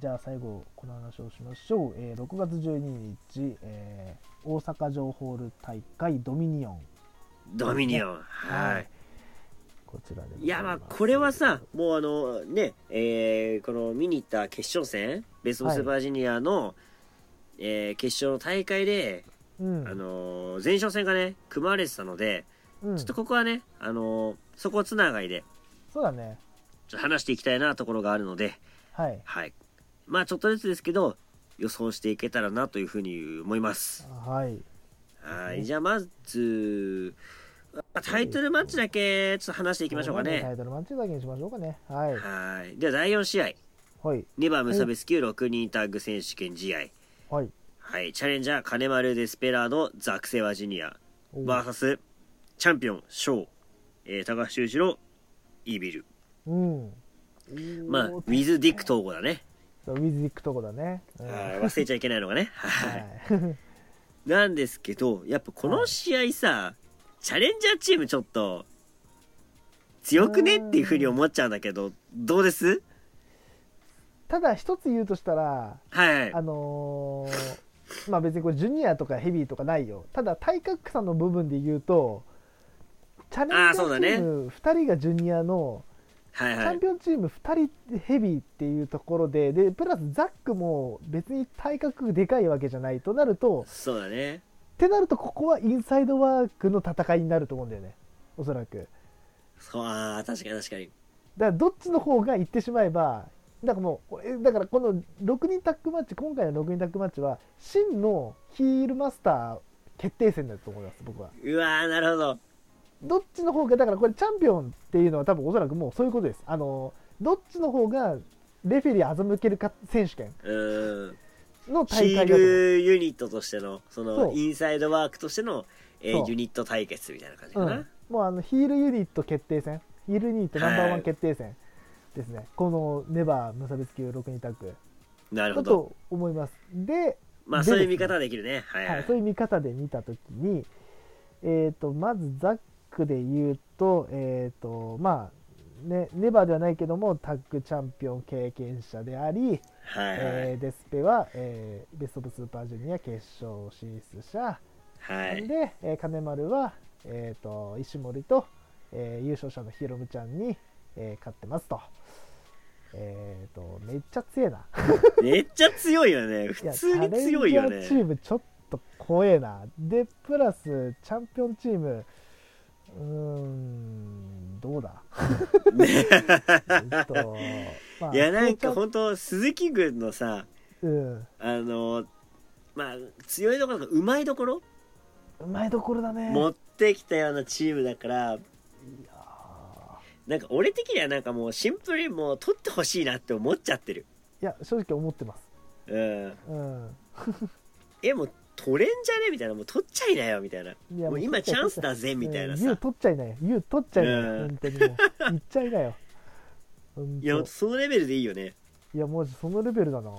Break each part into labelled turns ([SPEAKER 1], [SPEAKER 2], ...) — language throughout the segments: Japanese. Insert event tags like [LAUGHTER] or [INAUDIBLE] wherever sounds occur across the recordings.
[SPEAKER 1] じゃあ最後この話をしましょう、えー6月12日、えー大阪城ホール大会ドミニオン
[SPEAKER 2] ドミニオン。はい。
[SPEAKER 1] こちらでござます
[SPEAKER 2] いやまあこれはさもうあのねえーこの見に行った決勝戦ベスト・オブス・バージニアの、えー決勝の大会で、
[SPEAKER 1] うん
[SPEAKER 2] あのー前哨戦がね組まれてたので、
[SPEAKER 1] うん
[SPEAKER 2] ちょっとここはねあのーそこつながりで
[SPEAKER 1] そうだね
[SPEAKER 2] ちょっと話していきたいなところがあるので
[SPEAKER 1] はい
[SPEAKER 2] はいまあちょっとずつですけど予想していけたらなというふうに思います
[SPEAKER 1] はい
[SPEAKER 2] はいじゃあまずタイトルマッチだけちょっと話してい
[SPEAKER 1] い
[SPEAKER 2] きましょうか
[SPEAKER 1] タ
[SPEAKER 2] ね
[SPEAKER 1] イトルマッチだけにしましょうかねはい
[SPEAKER 2] はいでは第4試合
[SPEAKER 1] はい
[SPEAKER 2] 2番無差別級6人タッグ選手権試合
[SPEAKER 1] はい
[SPEAKER 2] はいチャレンジャー金丸デスペラードザクセワジュニア
[SPEAKER 1] おう
[SPEAKER 2] VS チャンピオンショー、えー高橋修一郎イービル
[SPEAKER 1] うん
[SPEAKER 2] まあウ
[SPEAKER 1] お
[SPEAKER 2] ィズ・ディック統合だね
[SPEAKER 1] そうウィズディックとこだね、うん
[SPEAKER 2] はい忘れちゃいけないのがね
[SPEAKER 1] は
[SPEAKER 2] はい
[SPEAKER 1] い [LAUGHS]
[SPEAKER 2] なんですけどやっぱこの試合さチャレンジャーチームちょっと強くねっていうふうに思っちゃうんだけどどうです
[SPEAKER 1] ただ一つ言うとしたら
[SPEAKER 2] はい
[SPEAKER 1] あのーまあ別にこれジュニアとかヘビーとかないよただ体格差の部分で言うとチャレンジャ
[SPEAKER 2] あーそう
[SPEAKER 1] ー
[SPEAKER 2] だ
[SPEAKER 1] チ
[SPEAKER 2] ね
[SPEAKER 1] ーム2人がジュニアの、
[SPEAKER 2] はい
[SPEAKER 1] チ
[SPEAKER 2] は
[SPEAKER 1] ャン
[SPEAKER 2] い
[SPEAKER 1] ピオンチーム2人ヘビーっていうところででプラスザックも別に体格でかいわけじゃないとなると
[SPEAKER 2] そうだね
[SPEAKER 1] ってなるとここはインサイドワークの戦いになると思うんだよねおそらく
[SPEAKER 2] そうあー確かに確かに
[SPEAKER 1] だからどっちの方が行ってしまえばだからもうえだからこの6人タッグマッチ今回の6人タッグマッチは真のヒールマスター決定戦だと思います僕は
[SPEAKER 2] うわーなるほど
[SPEAKER 1] どっちの方がだからこれチャンピオンっていうのは多分おそらくもうそういうことですあのどっちの方がレフェリー欺けるか選手権
[SPEAKER 2] うーん
[SPEAKER 1] の
[SPEAKER 2] ヒ
[SPEAKER 1] 大
[SPEAKER 2] ー
[SPEAKER 1] 会だと思う
[SPEAKER 2] ルユニットとしてのそ
[SPEAKER 1] そ
[SPEAKER 2] の
[SPEAKER 1] う
[SPEAKER 2] インサイドワークとしての、えー
[SPEAKER 1] そう
[SPEAKER 2] ユニット対決みたいな感じ
[SPEAKER 1] う
[SPEAKER 2] かな、
[SPEAKER 1] ん、もうあのヒールユニット決定戦ヒールユニットナンバーワ
[SPEAKER 2] は
[SPEAKER 1] ン
[SPEAKER 2] い
[SPEAKER 1] 決定戦ですね、このネバー無差別級6人タッグ
[SPEAKER 2] なるほ
[SPEAKER 1] だ
[SPEAKER 2] ど
[SPEAKER 1] と思いますで
[SPEAKER 2] まあ
[SPEAKER 1] で
[SPEAKER 2] そういう見方できるねはい、は
[SPEAKER 1] はいい、そういう見方で見たときに、えー、とまずザックで言うと,、えーとまあね、ネバーではないけどもタッグチャンピオン経験者であり、
[SPEAKER 2] はいはい
[SPEAKER 1] えーデスペは、えーベスト・オブ・スーパージュニア決勝進出者、
[SPEAKER 2] はい
[SPEAKER 1] で、えー金丸は、えー、と石森と、えー優勝者のヒロムちゃんに、えー勝ってますと。えー、とめっちゃ強えな。
[SPEAKER 2] めっちゃ強いよね
[SPEAKER 1] い
[SPEAKER 2] 普
[SPEAKER 1] や
[SPEAKER 2] 通に強いよ
[SPEAKER 1] チャレンジャー
[SPEAKER 2] ね
[SPEAKER 1] チームちょっと怖えな。で、プラス、チャンピオンチーム、うーん、どうだ。え
[SPEAKER 2] [LAUGHS]
[SPEAKER 1] っとまあ
[SPEAKER 2] いやなんか
[SPEAKER 1] う
[SPEAKER 2] 本当鈴木軍のさ
[SPEAKER 1] ん、
[SPEAKER 2] あのまあ強いところとかうまいところ、
[SPEAKER 1] うまいところだね。
[SPEAKER 2] 持ってきたようなチームだから
[SPEAKER 1] あー
[SPEAKER 2] なんか俺的にはなんかもうシンプルにもう取ってほしいなって思っちゃってる
[SPEAKER 1] いや、正直思ってます。
[SPEAKER 2] うん
[SPEAKER 1] うん。
[SPEAKER 2] えもう取れんじゃねみたいなもう取っちゃいなよみたいない
[SPEAKER 1] や
[SPEAKER 2] もう今チャンスだぜみたいな
[SPEAKER 1] ユ
[SPEAKER 2] さ
[SPEAKER 1] 取っちゃいなよ。ユ取っちゃいなよ。
[SPEAKER 2] うん
[SPEAKER 1] 本当にもう。言っちゃいなよ。ほんと
[SPEAKER 2] いやそのレベルでいいよね
[SPEAKER 1] いや、もうそのレベルだな。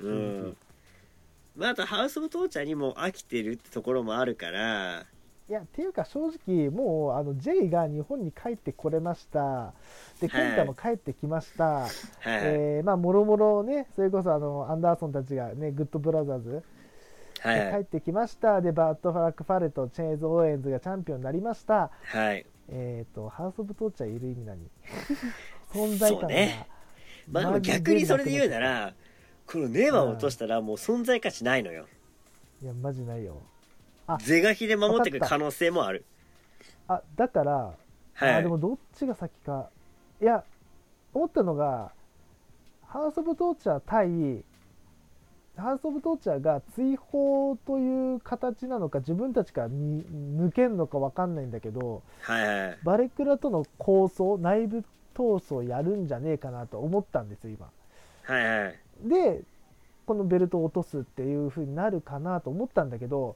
[SPEAKER 2] う
[SPEAKER 1] うん
[SPEAKER 2] まああとハウス・オブ・トーチャーにも飽きてるってところもあるから
[SPEAKER 1] いやっていうか正直もうあの J が日本に帰ってこれましたで
[SPEAKER 2] はい
[SPEAKER 1] 健太も帰ってきました、
[SPEAKER 2] はい、
[SPEAKER 1] えーまあもろもろねそれこそあのアンダーソンたちがねグッドブラザーズ
[SPEAKER 2] は
[SPEAKER 1] で
[SPEAKER 2] い
[SPEAKER 1] 帰ってきました、でバッド・ファラック・ファレとチェーンズ・オーエンズがチャンピオンになりました
[SPEAKER 2] はい
[SPEAKER 1] えっ、とハウス・オブ・トーチャーいる意味何存在感
[SPEAKER 2] そ
[SPEAKER 1] が、
[SPEAKER 2] うねまあでも逆にそれで言うならこのネバーを落としたらもう存在価値ないのよ
[SPEAKER 1] いやマジないよあ
[SPEAKER 2] 是が非で守っていく可能性もある
[SPEAKER 1] あだから
[SPEAKER 2] は
[SPEAKER 1] あ
[SPEAKER 2] い
[SPEAKER 1] でもどっちが先かいや思ったのがハウス・オブ・トーチャー対ハウス・オブ・トーチャーが追放という形なのか自分たちからに抜けんのか分かんないんだけど
[SPEAKER 2] はいはい
[SPEAKER 1] バレクラとの構想内部闘争やるんじゃねえかなと思ったんですよ今。
[SPEAKER 2] はいはい
[SPEAKER 1] でこのベルトを落とすっていう風になるかなと思ったんだけど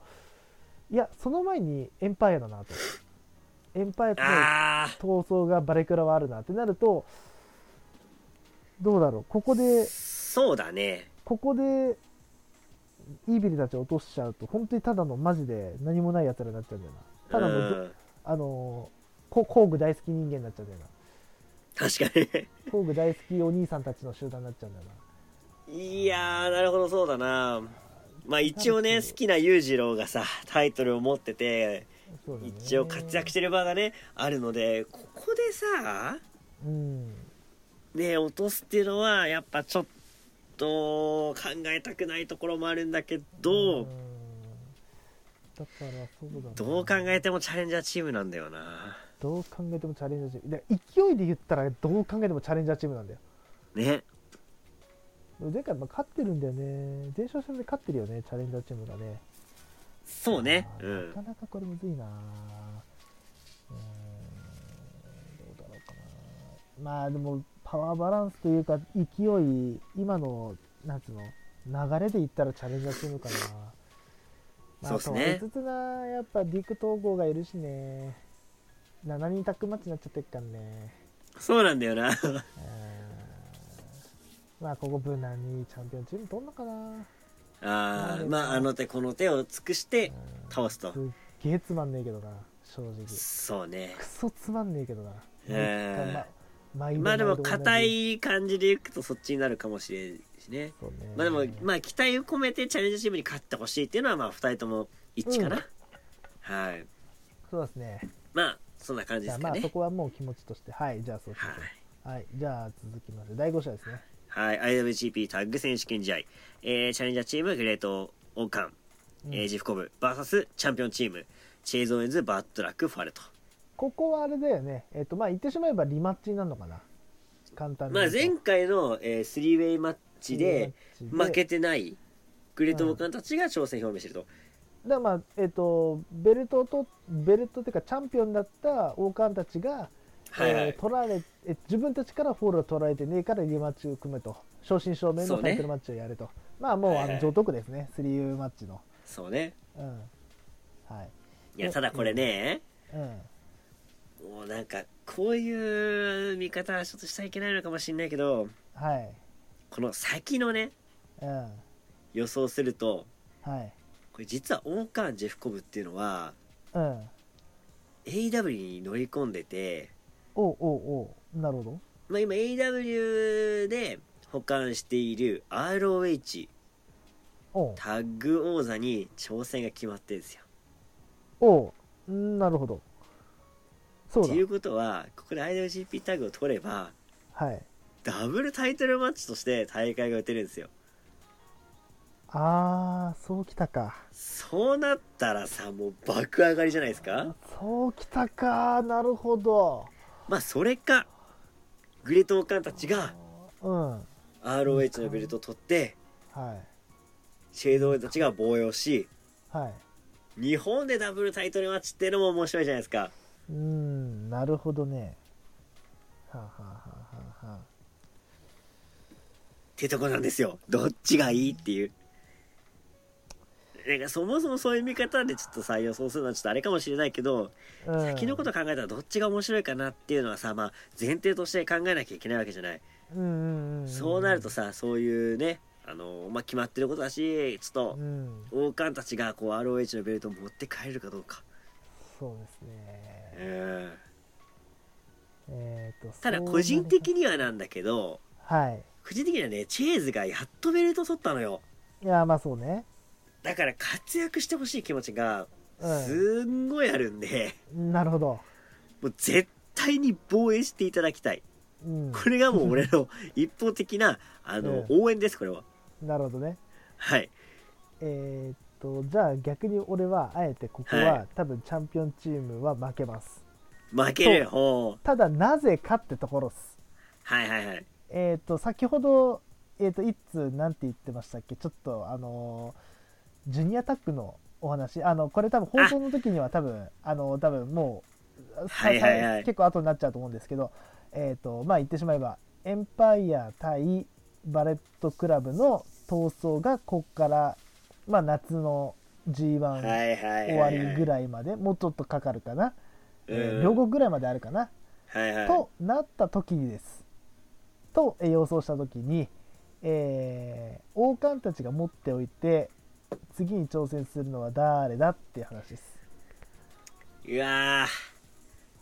[SPEAKER 1] いやその前にエンパイアだなと。エンパイアとの
[SPEAKER 2] あ
[SPEAKER 1] 闘争がバレクラはあるなってなるとどうだろうここ
[SPEAKER 2] あ
[SPEAKER 1] で
[SPEAKER 2] そうだね
[SPEAKER 1] ここでイービルたちを落としちゃうと本当にただのマジで何もないやつらになっちゃうんだよなただのど、
[SPEAKER 2] うん
[SPEAKER 1] あのーこ工具大好き人間になっちゃうんだよな
[SPEAKER 2] 確かに
[SPEAKER 1] 工具大好きお兄さんたちの集団になっちゃうんだよ
[SPEAKER 2] いやーなるほどそうだなまあ一応ね好きな裕次郎がさタイトルを持ってて
[SPEAKER 1] そうだね
[SPEAKER 2] 一応活躍してる場がねあるのでここでさ
[SPEAKER 1] うん
[SPEAKER 2] ね落とすっていうのはやっぱちょっと考えたくないところもあるんだけ
[SPEAKER 1] うん
[SPEAKER 2] ど
[SPEAKER 1] だからそうだ、ね、
[SPEAKER 2] どう考えてもチャレンジャーチームなんだよな
[SPEAKER 1] どう考えてもチャレンジャーチームだから勢いで言ったらどう考えてもチャレンジャーチームなんだよ
[SPEAKER 2] ね
[SPEAKER 1] でも前回まあ勝ってるんだよね前哨戦で勝ってるよねチャレンジャーチームがね
[SPEAKER 2] そうね
[SPEAKER 1] あ
[SPEAKER 2] う
[SPEAKER 1] ーなんかなかこれむずいなうーんどうだろうかなまあでもパワーバランスというか勢い今のなんつうの流れでいったらチャレンジャーチームかな、まあ、
[SPEAKER 2] そうっす
[SPEAKER 1] あ
[SPEAKER 2] ね
[SPEAKER 1] とは五つなやっぱディク統合がいるしね7人タッグマッチになっちゃってっからね
[SPEAKER 2] そうなんだよな
[SPEAKER 1] うーんまあここ無難にチャンピオンチーム取んのかな
[SPEAKER 2] あーまああの手この手を尽くして
[SPEAKER 1] うん
[SPEAKER 2] 倒すと
[SPEAKER 1] すっげえつまんねえけどな正直
[SPEAKER 2] そうね
[SPEAKER 1] クソつまんねえけどな。
[SPEAKER 2] えー
[SPEAKER 1] ま毎度
[SPEAKER 2] まあでも
[SPEAKER 1] 毎度同じ
[SPEAKER 2] 硬。い感じでいくとそっちになるかもしれんしね
[SPEAKER 1] そうね
[SPEAKER 2] まあでもまあ期待を込めてチャレンジャーチームに勝ってほしいっていうのはまあ2人とも一致かな、
[SPEAKER 1] うん
[SPEAKER 2] はい
[SPEAKER 1] そうですね。
[SPEAKER 2] まあそんな感じ
[SPEAKER 1] じ
[SPEAKER 2] で
[SPEAKER 1] ゃあ
[SPEAKER 2] す
[SPEAKER 1] ま
[SPEAKER 2] か
[SPEAKER 1] あ
[SPEAKER 2] ね
[SPEAKER 1] そこはもう気持ちとして、はい、じゃあそうしま
[SPEAKER 2] は
[SPEAKER 1] しょ。
[SPEAKER 2] いう
[SPEAKER 1] はい、じゃあ続きまして、第5試合ですね。
[SPEAKER 2] はい IWGP タッグ選手権試合、えーチャレンジャーチームグレート王冠、
[SPEAKER 1] うん
[SPEAKER 2] えージフコブ VS チャンピオンチームチェイズ・オーエンズバッドラック・ファルト
[SPEAKER 1] ここはあれだよね。えっ、と、まあ言ってしまえばリマッチになるのかな。簡単に
[SPEAKER 2] まあ
[SPEAKER 1] 言うと。
[SPEAKER 2] 前回の、えー、スリーウェイマッチで
[SPEAKER 1] リマッチ
[SPEAKER 2] 負けてないグレート王冠たちが挑戦表明してると、
[SPEAKER 1] だからまあ、えっ、と、ベルトをと、ベルトっていうかチャンピオンだった王冠たちが、
[SPEAKER 2] はいはい
[SPEAKER 1] えー取られえ自分たちからフォールを取られてねえからリマッチを組めと正真正銘
[SPEAKER 2] そう
[SPEAKER 1] の
[SPEAKER 2] ね
[SPEAKER 1] タイトルマッチをやれと、まあもう、
[SPEAKER 2] はいはい
[SPEAKER 1] あの上徳ですねスリーウェイマッチの
[SPEAKER 2] そうね
[SPEAKER 1] うんはい
[SPEAKER 2] いやただこれね、
[SPEAKER 1] うん
[SPEAKER 2] もうなんかこういう見方はちょっとしちゃいけないのかもしれないけど
[SPEAKER 1] はい
[SPEAKER 2] この先のね
[SPEAKER 1] うん
[SPEAKER 2] 予想すると
[SPEAKER 1] はい
[SPEAKER 2] これ実は王冠ジェフコブっていうのは
[SPEAKER 1] うん
[SPEAKER 2] AW に乗り込んでて、
[SPEAKER 1] おうおうおうなるほど
[SPEAKER 2] まあ、今 AW で保管している ROH
[SPEAKER 1] おう
[SPEAKER 2] タッグ王座に挑戦が決まってるんですよ。
[SPEAKER 1] おうんなるほどそ
[SPEAKER 2] っ
[SPEAKER 1] う
[SPEAKER 2] て
[SPEAKER 1] だ
[SPEAKER 2] いうことはここで IWGP タッグを取れば
[SPEAKER 1] はい
[SPEAKER 2] ダブルタイトルマッチとして大会が打てるんですよ。
[SPEAKER 1] あーそうきたか
[SPEAKER 2] そうなったらさもう爆上がりじゃないですか
[SPEAKER 1] そうきたかなるほど
[SPEAKER 2] まあそれかグレートオーカンたちが
[SPEAKER 1] うんは
[SPEAKER 2] ROH のベルトを取って
[SPEAKER 1] い
[SPEAKER 2] シェードオーエンたちが防衛をし
[SPEAKER 1] はい
[SPEAKER 2] 日本でダブルタイトルマッチっていうのも面白いじゃないですか
[SPEAKER 1] うーんなるほどねはあ、はあはあはあはあ、
[SPEAKER 2] ってとこなんですよどっちがいいっていうなんかそもそもそういう見方でちょっと採用そうするのはちょっとあれかもしれないけど、
[SPEAKER 1] うん
[SPEAKER 2] 先のこと考えたらどっちが面白いかなっていうのはさまあ前提として考えなきゃいけないわけじゃない、
[SPEAKER 1] うんうんうん
[SPEAKER 2] そうなるとさそういうねあのまあ決まってることだしちょっ
[SPEAKER 1] うん
[SPEAKER 2] と王冠たちがこう ROH のベルトを持って帰れるかどうか、
[SPEAKER 1] そうですね
[SPEAKER 2] うん
[SPEAKER 1] えー、と
[SPEAKER 2] ただ個人的
[SPEAKER 1] に
[SPEAKER 2] にはなんだけど
[SPEAKER 1] はい
[SPEAKER 2] 個人的にはねチェーズがやっとベルト取ったのよ
[SPEAKER 1] いやまあそうね
[SPEAKER 2] だから活躍してほしい気持ちが
[SPEAKER 1] うん
[SPEAKER 2] すんごいあるんで、
[SPEAKER 1] なるほど、
[SPEAKER 2] もう絶対に防衛していただきたい
[SPEAKER 1] うん、
[SPEAKER 2] これがもう俺
[SPEAKER 1] [LAUGHS]
[SPEAKER 2] の一方的なあの、
[SPEAKER 1] う
[SPEAKER 2] 応援ですこれは
[SPEAKER 1] なるほどね
[SPEAKER 2] はい
[SPEAKER 1] えー、とじゃあ逆に俺はあえてここは、
[SPEAKER 2] はい
[SPEAKER 1] 多分チャンピオンチームは負けます
[SPEAKER 2] 負ける
[SPEAKER 1] そう
[SPEAKER 2] ほう
[SPEAKER 1] ただなぜかってところっす
[SPEAKER 2] はいはいはい
[SPEAKER 1] えー、と先ほど、えー、といつなんて言ってましたっけちょっとあのージュニアタックのお話あのこれ多分放送の時には多分あの多分もう、
[SPEAKER 2] はいはいはい
[SPEAKER 1] 結構後になっちゃうと思うんですけど、えー、とまあ言ってしまえばエンパイア対バレットクラブの闘争がここから、まあ、夏の g
[SPEAKER 2] はい
[SPEAKER 1] 1
[SPEAKER 2] はい
[SPEAKER 1] 終わ
[SPEAKER 2] はい
[SPEAKER 1] り
[SPEAKER 2] はい
[SPEAKER 1] ぐらいまで、もうちょっとかかるかな、え
[SPEAKER 2] う
[SPEAKER 1] ー
[SPEAKER 2] ん
[SPEAKER 1] 両国ぐらいまであるかな、
[SPEAKER 2] はいはい
[SPEAKER 1] となった時にです。と、えー予想した時に、えー王冠たちが持っておいて次に挑戦するのは誰だっていう話です。
[SPEAKER 2] うわ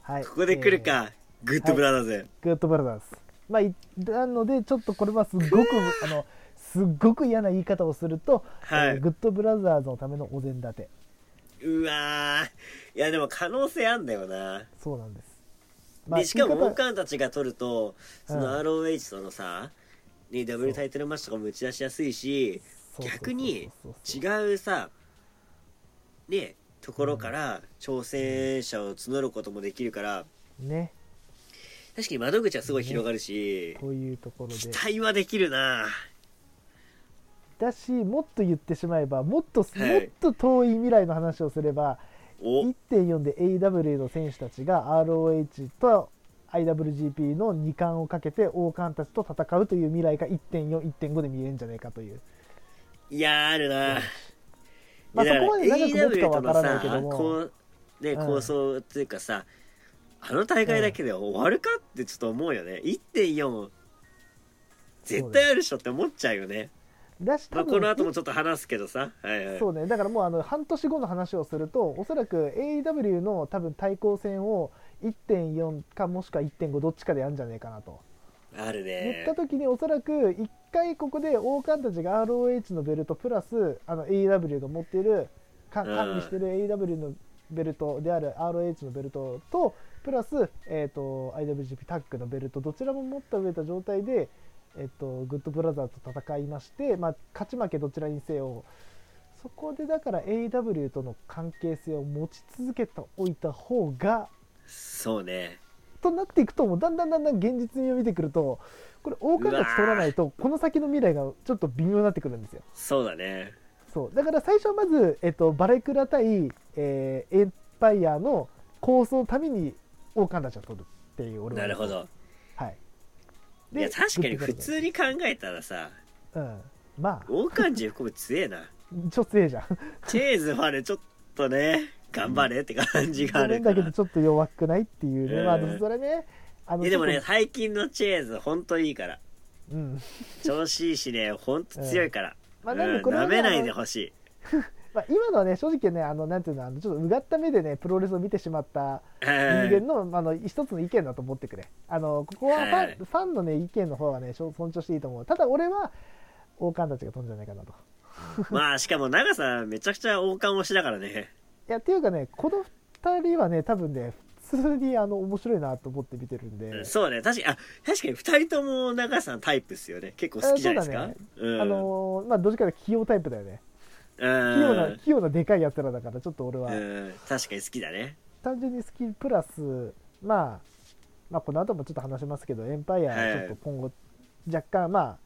[SPEAKER 1] はい、
[SPEAKER 2] ーここで来るか、グッドブラザーズ、
[SPEAKER 1] えーグッドブラザーズ。まあい、なのでちょっとこれはすごくあのすすっごく嫌な言い方をすると、
[SPEAKER 2] はい
[SPEAKER 1] えーグッドブラザーズのためのお膳立て
[SPEAKER 2] うわーいやでも可能性あんだよな、
[SPEAKER 1] そうなんです、
[SPEAKER 2] でしかも
[SPEAKER 1] 言
[SPEAKER 2] モ
[SPEAKER 1] い方
[SPEAKER 2] カンたちが取るとそ
[SPEAKER 1] うん
[SPEAKER 2] の ROH とのさ、ね、
[SPEAKER 1] そ
[SPEAKER 2] W
[SPEAKER 1] う
[SPEAKER 2] タイトルマッチとかも打ち出しやすいし
[SPEAKER 1] そうそうそうそう
[SPEAKER 2] 逆に
[SPEAKER 1] そうそう
[SPEAKER 2] 違うさねところから挑戦者を募ることもできるから
[SPEAKER 1] ね
[SPEAKER 2] 確かに窓口はすごい広がるし、
[SPEAKER 1] というところ
[SPEAKER 2] 期
[SPEAKER 1] で
[SPEAKER 2] 待はできるな
[SPEAKER 1] だしもっと言ってしまえばもっと、
[SPEAKER 2] は
[SPEAKER 1] も
[SPEAKER 2] い
[SPEAKER 1] っと遠い未来の話をすれば
[SPEAKER 2] お
[SPEAKER 1] 1.4で AW の選手たちが ROH と IWGP の2冠をかけて王冠たちと戦うという未来が1.41.5で見えるんじゃないかという、
[SPEAKER 2] いやーあるな
[SPEAKER 1] まあ、
[SPEAKER 2] い
[SPEAKER 1] そ
[SPEAKER 2] やだ
[SPEAKER 1] こ
[SPEAKER 2] か
[SPEAKER 1] まで長く持つかわか
[SPEAKER 2] ら AEW と
[SPEAKER 1] ら
[SPEAKER 2] の
[SPEAKER 1] ないけ
[SPEAKER 2] さ
[SPEAKER 1] ども
[SPEAKER 2] こう、ね、
[SPEAKER 1] うん
[SPEAKER 2] 構想っていうかさあの大会だけで終わるかってちょっと思うよね1.4絶対あるでしょって思っちゃうよね、
[SPEAKER 1] だし
[SPEAKER 2] ま
[SPEAKER 1] 多
[SPEAKER 2] あ、こ
[SPEAKER 1] 分、
[SPEAKER 2] の後もちょっと話すけどさはいはい
[SPEAKER 1] そうねだからもうあの半年後の話をするとおそらく AW の多分対抗戦を1.4かもしくは1.5どっちかでやるんじゃないかなと。
[SPEAKER 2] あ
[SPEAKER 1] 言
[SPEAKER 2] るね
[SPEAKER 1] った時におそらく1回ここで王冠たちが ROH のベルトプラスあの AEW が持っているか
[SPEAKER 2] うん
[SPEAKER 1] 管理している AEW のベルトである ROH のベルトとプラス、えー、と IWGP タッグのベルトどちらも持った上た状態で、えっとグッドブラザーズと戦いまして、まあ、勝ち負けどちらにせよそこでだから AEW との関係性を持ち続けておいた方が
[SPEAKER 2] そうね
[SPEAKER 1] となっていくともうだんだんだんだん現実味を見てくるとこれ王冠たち取らないとこの先の未来がちょっと微妙になってくるんですよ
[SPEAKER 2] そうだね
[SPEAKER 1] そうだから最初はまず、えっと、バレクラ対、えーエンパイアの構想のために王冠たちを取るっていう俺は
[SPEAKER 2] なるほど
[SPEAKER 1] はい
[SPEAKER 2] いや確かに普、
[SPEAKER 1] グッ
[SPEAKER 2] 通に考えたらさ
[SPEAKER 1] ドブラザーズうん、まあ
[SPEAKER 2] 王冠ジェフコブ強
[SPEAKER 1] [LAUGHS]
[SPEAKER 2] えな
[SPEAKER 1] ちょっとええじゃん
[SPEAKER 2] チェーズファルちょっとね頑張れって感じがある
[SPEAKER 1] ん
[SPEAKER 2] か
[SPEAKER 1] だけ
[SPEAKER 2] ら
[SPEAKER 1] どちょっと弱くないっていうね、まあ、あ
[SPEAKER 2] え
[SPEAKER 1] の
[SPEAKER 2] ー
[SPEAKER 1] それねあの
[SPEAKER 2] いやでも
[SPEAKER 1] ちょ
[SPEAKER 2] ね
[SPEAKER 1] っ
[SPEAKER 2] 最近のチェーズ本当にいいから
[SPEAKER 1] とうん
[SPEAKER 2] 調子いいしねほんと強いから、
[SPEAKER 1] まあ
[SPEAKER 2] うん
[SPEAKER 1] なんでこれは
[SPEAKER 2] 舐
[SPEAKER 1] ね
[SPEAKER 2] めない
[SPEAKER 1] あ
[SPEAKER 2] で
[SPEAKER 1] の
[SPEAKER 2] ほしい
[SPEAKER 1] まあ、今のはね正直ねあのなんていうのあのちょっとうがった目でねプロレスを見てしまった人 [LAUGHS] 間の,、あの一つの意見だと思ってくれあのここはファン,、
[SPEAKER 2] はい
[SPEAKER 1] ファンの、ね、意見の方がねしょ尊重していいと思うただ俺は王冠たちが飛んじゃないかなと
[SPEAKER 2] まあしかも長さめちゃくちゃ王冠推しだからね
[SPEAKER 1] いやっていうかねこの2人はね多分ね普通にあの面白いなと思って見てるんで、
[SPEAKER 2] そうね確かにあ確かに2人とも長さんタイプっすよね結構好きじゃないですか,、
[SPEAKER 1] あそう
[SPEAKER 2] ん
[SPEAKER 1] あのーまあどっちかというと器用タイプだよね器用
[SPEAKER 2] う
[SPEAKER 1] なん器用なでかいやつらだからちょっと俺は
[SPEAKER 2] うん確かに好きだね
[SPEAKER 1] 単純に好きプラス、まあ、まあこの後もちょっと話しますけどエンパイアはちょっと今後若干まあ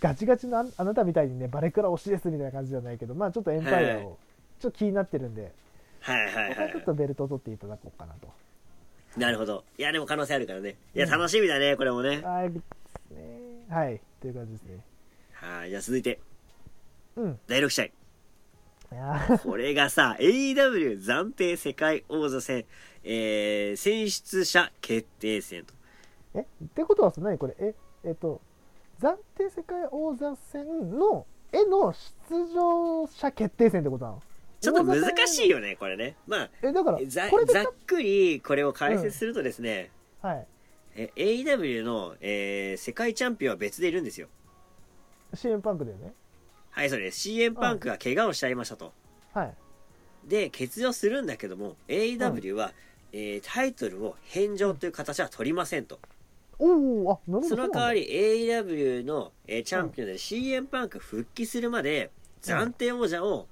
[SPEAKER 1] ガチガチのああなたみたいにねバレクラ推しですみたいな感じじゃないけどまあちょっとエンパイア
[SPEAKER 2] はい
[SPEAKER 1] をちょっと気になってるんで、
[SPEAKER 2] はいはいは
[SPEAKER 1] ここはちょっ
[SPEAKER 2] い
[SPEAKER 1] とベルトを取っていただこうかなと。
[SPEAKER 2] なるほどいやでも可能性あるからねいや楽しみだねこれもね
[SPEAKER 1] はい、ですね。はい、という感じですね。
[SPEAKER 2] はいじゃあ続いて
[SPEAKER 1] うん。
[SPEAKER 2] 第6試合
[SPEAKER 1] いやー [LAUGHS]
[SPEAKER 2] これがさ AEW 暫定世界王座戦、えー、選出者決定戦と
[SPEAKER 1] えってことはその何これええっと暫定世界王座戦の絵の出場者決定戦ってことなの
[SPEAKER 2] ちょっと難しい
[SPEAKER 1] よ。
[SPEAKER 2] よねこれねまあ
[SPEAKER 1] えだから
[SPEAKER 2] ざ
[SPEAKER 1] これで
[SPEAKER 2] ざっくりこれを解説するとですね、
[SPEAKER 1] はい。
[SPEAKER 2] え AEW の、えー世界チャンピオンは別でいるんですよ
[SPEAKER 1] CM パンクだよね
[SPEAKER 2] はいそうです CM パンクが怪我をしちゃいましたと
[SPEAKER 1] はい
[SPEAKER 2] で欠場するんだけども AEW は、えータイトルを返上という形は取りませんと
[SPEAKER 1] おおあなるほど
[SPEAKER 2] その代わ
[SPEAKER 1] り
[SPEAKER 2] り AEW の、えーチャンピオンで CM パンク復帰するまで暫定王者を、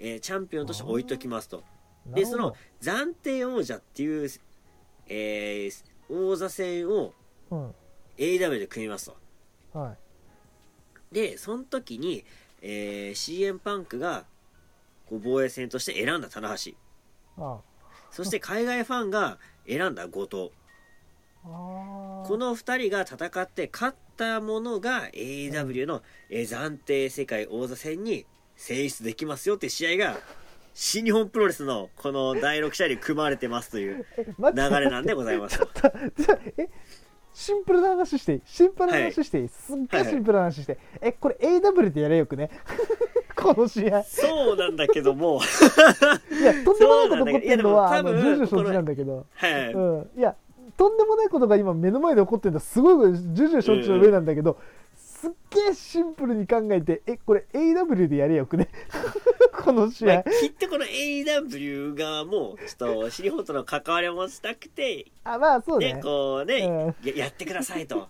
[SPEAKER 2] えーチャンピオンとして置いときますとでその、暫定王者っていう、えー王座戦を
[SPEAKER 1] うん、
[SPEAKER 2] AEW で組みますと
[SPEAKER 1] はい
[SPEAKER 2] でその時に、えー、CM パンクがこう防衛戦として選んだ棚橋
[SPEAKER 1] あ
[SPEAKER 2] そして海外ファンが選んだ後藤
[SPEAKER 1] あー
[SPEAKER 2] この2人が戦って勝ったものが AEW の、えー暫定世界王座戦に選出できますよって試合が新日本プロレスのこの第6試合に組まれてますという
[SPEAKER 1] え待
[SPEAKER 2] 流
[SPEAKER 1] って
[SPEAKER 2] れなんでござい
[SPEAKER 1] [LAUGHS]
[SPEAKER 2] ます
[SPEAKER 1] ちょっとちょっとえシンプルな話していいシンプルな話していい、すっご
[SPEAKER 2] はいい
[SPEAKER 1] シンプルな話して、えこれ AW でやれよくね [LAUGHS] この試合
[SPEAKER 2] そうなんだけども
[SPEAKER 1] いやとんでもないこと起こってるのは
[SPEAKER 2] そ
[SPEAKER 1] あ
[SPEAKER 2] うな
[SPEAKER 1] の
[SPEAKER 2] んだけどいやでも多分
[SPEAKER 1] 重々承知なんだけど、
[SPEAKER 2] はい、
[SPEAKER 1] うん、いやとんでもないことが今目の前で起こってるのはすごい重々承知の上なんだけど、すっげえシンプルに考えてえこれ AW でやれよくね [LAUGHS] この試
[SPEAKER 2] ま
[SPEAKER 1] 合
[SPEAKER 2] あ、きっとこの AEW 側もちょっとシリホンとの関わりもしたくて、
[SPEAKER 1] あまあそうね
[SPEAKER 2] ね、こうね、
[SPEAKER 1] うん
[SPEAKER 2] ややってくださいと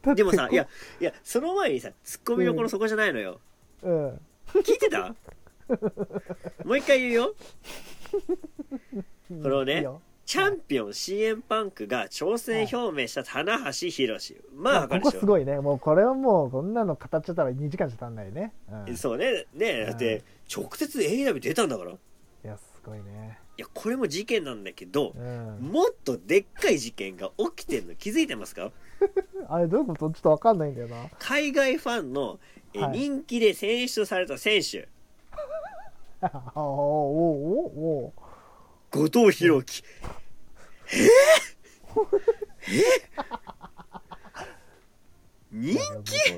[SPEAKER 1] だって
[SPEAKER 2] でもさ
[SPEAKER 1] こ
[SPEAKER 2] いやいやその前にさツッコミどころそこじゃないのよ、
[SPEAKER 1] うん
[SPEAKER 2] 聞い
[SPEAKER 1] [LAUGHS]
[SPEAKER 2] てたもう一回言うよこのね
[SPEAKER 1] いいよ
[SPEAKER 2] チャンピオン CM パンクが挑戦表明した棚橋宏まあ
[SPEAKER 1] まあ
[SPEAKER 2] わか
[SPEAKER 1] こ
[SPEAKER 2] るで
[SPEAKER 1] こ
[SPEAKER 2] し
[SPEAKER 1] す
[SPEAKER 2] ょ
[SPEAKER 1] ごいねもうこれはもうこんなの語っちゃったら2時間しか足んないね、うん、い
[SPEAKER 2] そうねねだって直接 AEW 出たんだからい
[SPEAKER 1] やすごいね
[SPEAKER 2] やこれも事件なんだけど
[SPEAKER 1] うん
[SPEAKER 2] もっとでっかい事件が起きてるの気づいてますか
[SPEAKER 1] あれどういうことちょっとわかんないん [LAUGHS] だよな
[SPEAKER 2] 海外ファンのえ
[SPEAKER 1] はい
[SPEAKER 2] 人気で選出された選手、
[SPEAKER 1] あおおおお
[SPEAKER 2] 後藤弘樹えー、えー人気
[SPEAKER 1] 気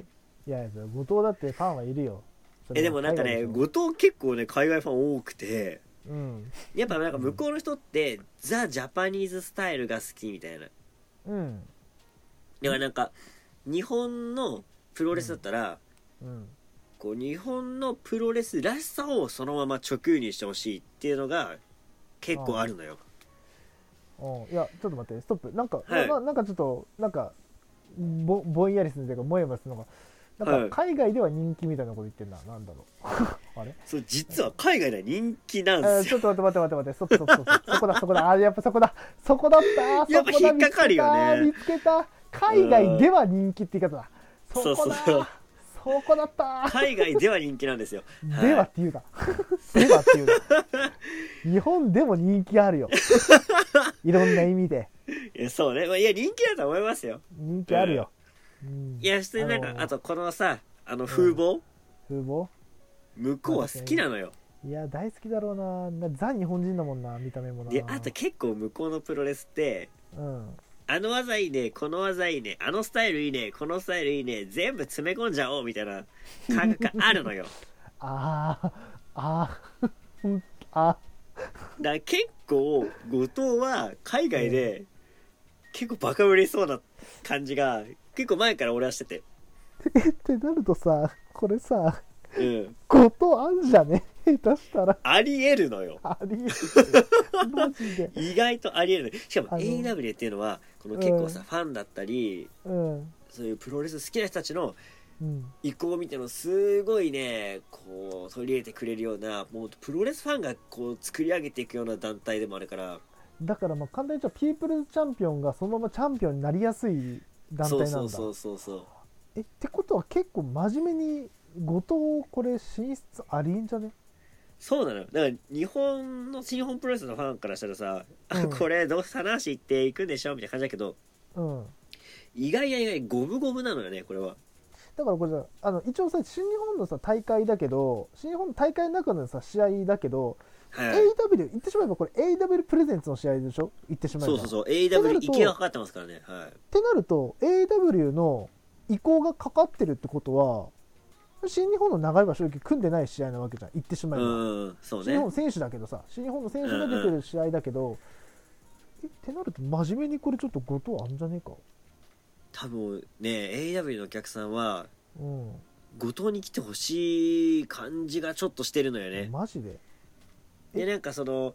[SPEAKER 1] いやいや後藤だってファンはいるよそれ
[SPEAKER 2] え
[SPEAKER 1] は
[SPEAKER 2] でもなんかね
[SPEAKER 1] 海外でし
[SPEAKER 2] 後藤結構ね海外ファン多くて
[SPEAKER 1] ょうん
[SPEAKER 2] やっぱなんか向こうの人って、ザ・ジャパニーズスタイルが好きみたいな
[SPEAKER 1] うん
[SPEAKER 2] だからなんか日本のプロレスだったら、
[SPEAKER 1] うん
[SPEAKER 2] こう日本のプロレスらしさをそのまま直にしてほしいっていうのが結構あるのよ
[SPEAKER 1] おいやちょっと待ってストップなんか、
[SPEAKER 2] はい
[SPEAKER 1] ななんかちょっとなんかぼぼんやりするというかもやもやするのがな
[SPEAKER 2] は
[SPEAKER 1] ん
[SPEAKER 2] い
[SPEAKER 1] か海外では人気みたいなこと言ってんな、なんだろう [LAUGHS] あれ、
[SPEAKER 2] そう実は海外では人気な
[SPEAKER 1] え
[SPEAKER 2] んですよ
[SPEAKER 1] ーちょっと待って待って待って待ってストップストップストップそこ [LAUGHS] だそこだあーやっぱそこだそこだったー
[SPEAKER 2] やっぱ
[SPEAKER 1] そこだ
[SPEAKER 2] 引っかかるよね
[SPEAKER 1] 見つけた見つけた海外では人気って言い方だ、
[SPEAKER 2] うん
[SPEAKER 1] そこだー
[SPEAKER 2] そうそう
[SPEAKER 1] そこだったー
[SPEAKER 2] 海外では人気なんですよ。はい
[SPEAKER 1] ではって言うな。 [LAUGHS] ではって言う
[SPEAKER 2] [LAUGHS]
[SPEAKER 1] な。日本でも人気あるよ。いろんな意味で。
[SPEAKER 2] いやそうね。まあいや、人気だと思いますよ。
[SPEAKER 1] 人気あるよ。うん
[SPEAKER 2] いや、普通になんか、
[SPEAKER 1] あ
[SPEAKER 2] あ,、
[SPEAKER 1] のー
[SPEAKER 2] と、このさ、あの風貌、
[SPEAKER 1] 風貌
[SPEAKER 2] 向こうは好きなのよ。
[SPEAKER 1] いや、大好きだろうな。なザ日本人だもんな、見た目もな。
[SPEAKER 2] で、あと結構向こうのプロレスって、
[SPEAKER 1] うん。
[SPEAKER 2] あの技いいね、この技いいね、あのスタイルいいね、このスタイルいいね、全部詰め込んじゃおうみたいな感覚があるのよ。
[SPEAKER 1] あー、あー、うんあ
[SPEAKER 2] だから結構、後藤は海外で、結構バカ売れそうな感じが、結構前から俺はしてて。
[SPEAKER 1] ー。えってなるとさ、これさ、
[SPEAKER 2] うん。
[SPEAKER 1] ことあんじゃね下手したら、
[SPEAKER 2] ありえるのよ。
[SPEAKER 1] ありえる。マジで。
[SPEAKER 2] 意外とありえるねしかも
[SPEAKER 1] あの
[SPEAKER 2] AW っていうのはこの結構さ、
[SPEAKER 1] う
[SPEAKER 2] ファンだったり
[SPEAKER 1] うん。
[SPEAKER 2] そういうプロレス好きな人たちの
[SPEAKER 1] うん。
[SPEAKER 2] 意向を見てのすごいねこう取り入れてくれるようなもうプロレスファンがこう作り上げていくような団体でもあるから
[SPEAKER 1] だからまあ簡単に言っちゃピープルズチャンピオンがそのままチャンピオンになりやすい団体
[SPEAKER 2] そ
[SPEAKER 1] な
[SPEAKER 2] うん
[SPEAKER 1] だ
[SPEAKER 2] そうそうそうそう
[SPEAKER 1] えってことは結構真面目に後藤これ進出ありえんじゃね
[SPEAKER 2] そうなのよだから日本の新日本プロレスのファンからしたらさ、
[SPEAKER 1] うん
[SPEAKER 2] [LAUGHS] これどうせ棚橋行っていくんでしょみたいな感じだけど
[SPEAKER 1] うん
[SPEAKER 2] 意外や意外五分五分なのよねこれは
[SPEAKER 1] だからこれさあの一応さ新日本のさ大会だけど新日本の大会の中のさ試合だけど、
[SPEAKER 2] はい
[SPEAKER 1] AW 言ってしまえばこれ AW プレゼンツの試合でしょ言ってしまえば
[SPEAKER 2] そうそ
[SPEAKER 1] っ
[SPEAKER 2] うそう
[SPEAKER 1] とな
[SPEAKER 2] AW
[SPEAKER 1] ると
[SPEAKER 2] 池がかかってますからねはい
[SPEAKER 1] てなると AW の移行がかかってるってことは新日本の長い場所組んでない試合なわけじゃん言ってしまえば、
[SPEAKER 2] うんそう
[SPEAKER 1] 新
[SPEAKER 2] ね
[SPEAKER 1] 日本選手だけどさ新日本の選手が出てる試合だけど、えってなると真面目にこれちょっと後藤あんじゃねえか
[SPEAKER 2] 多分ね AW のお客さんは
[SPEAKER 1] うん、
[SPEAKER 2] 後藤に来てほしい感じがちょっとしてるのよね
[SPEAKER 1] マジで
[SPEAKER 2] でなんかその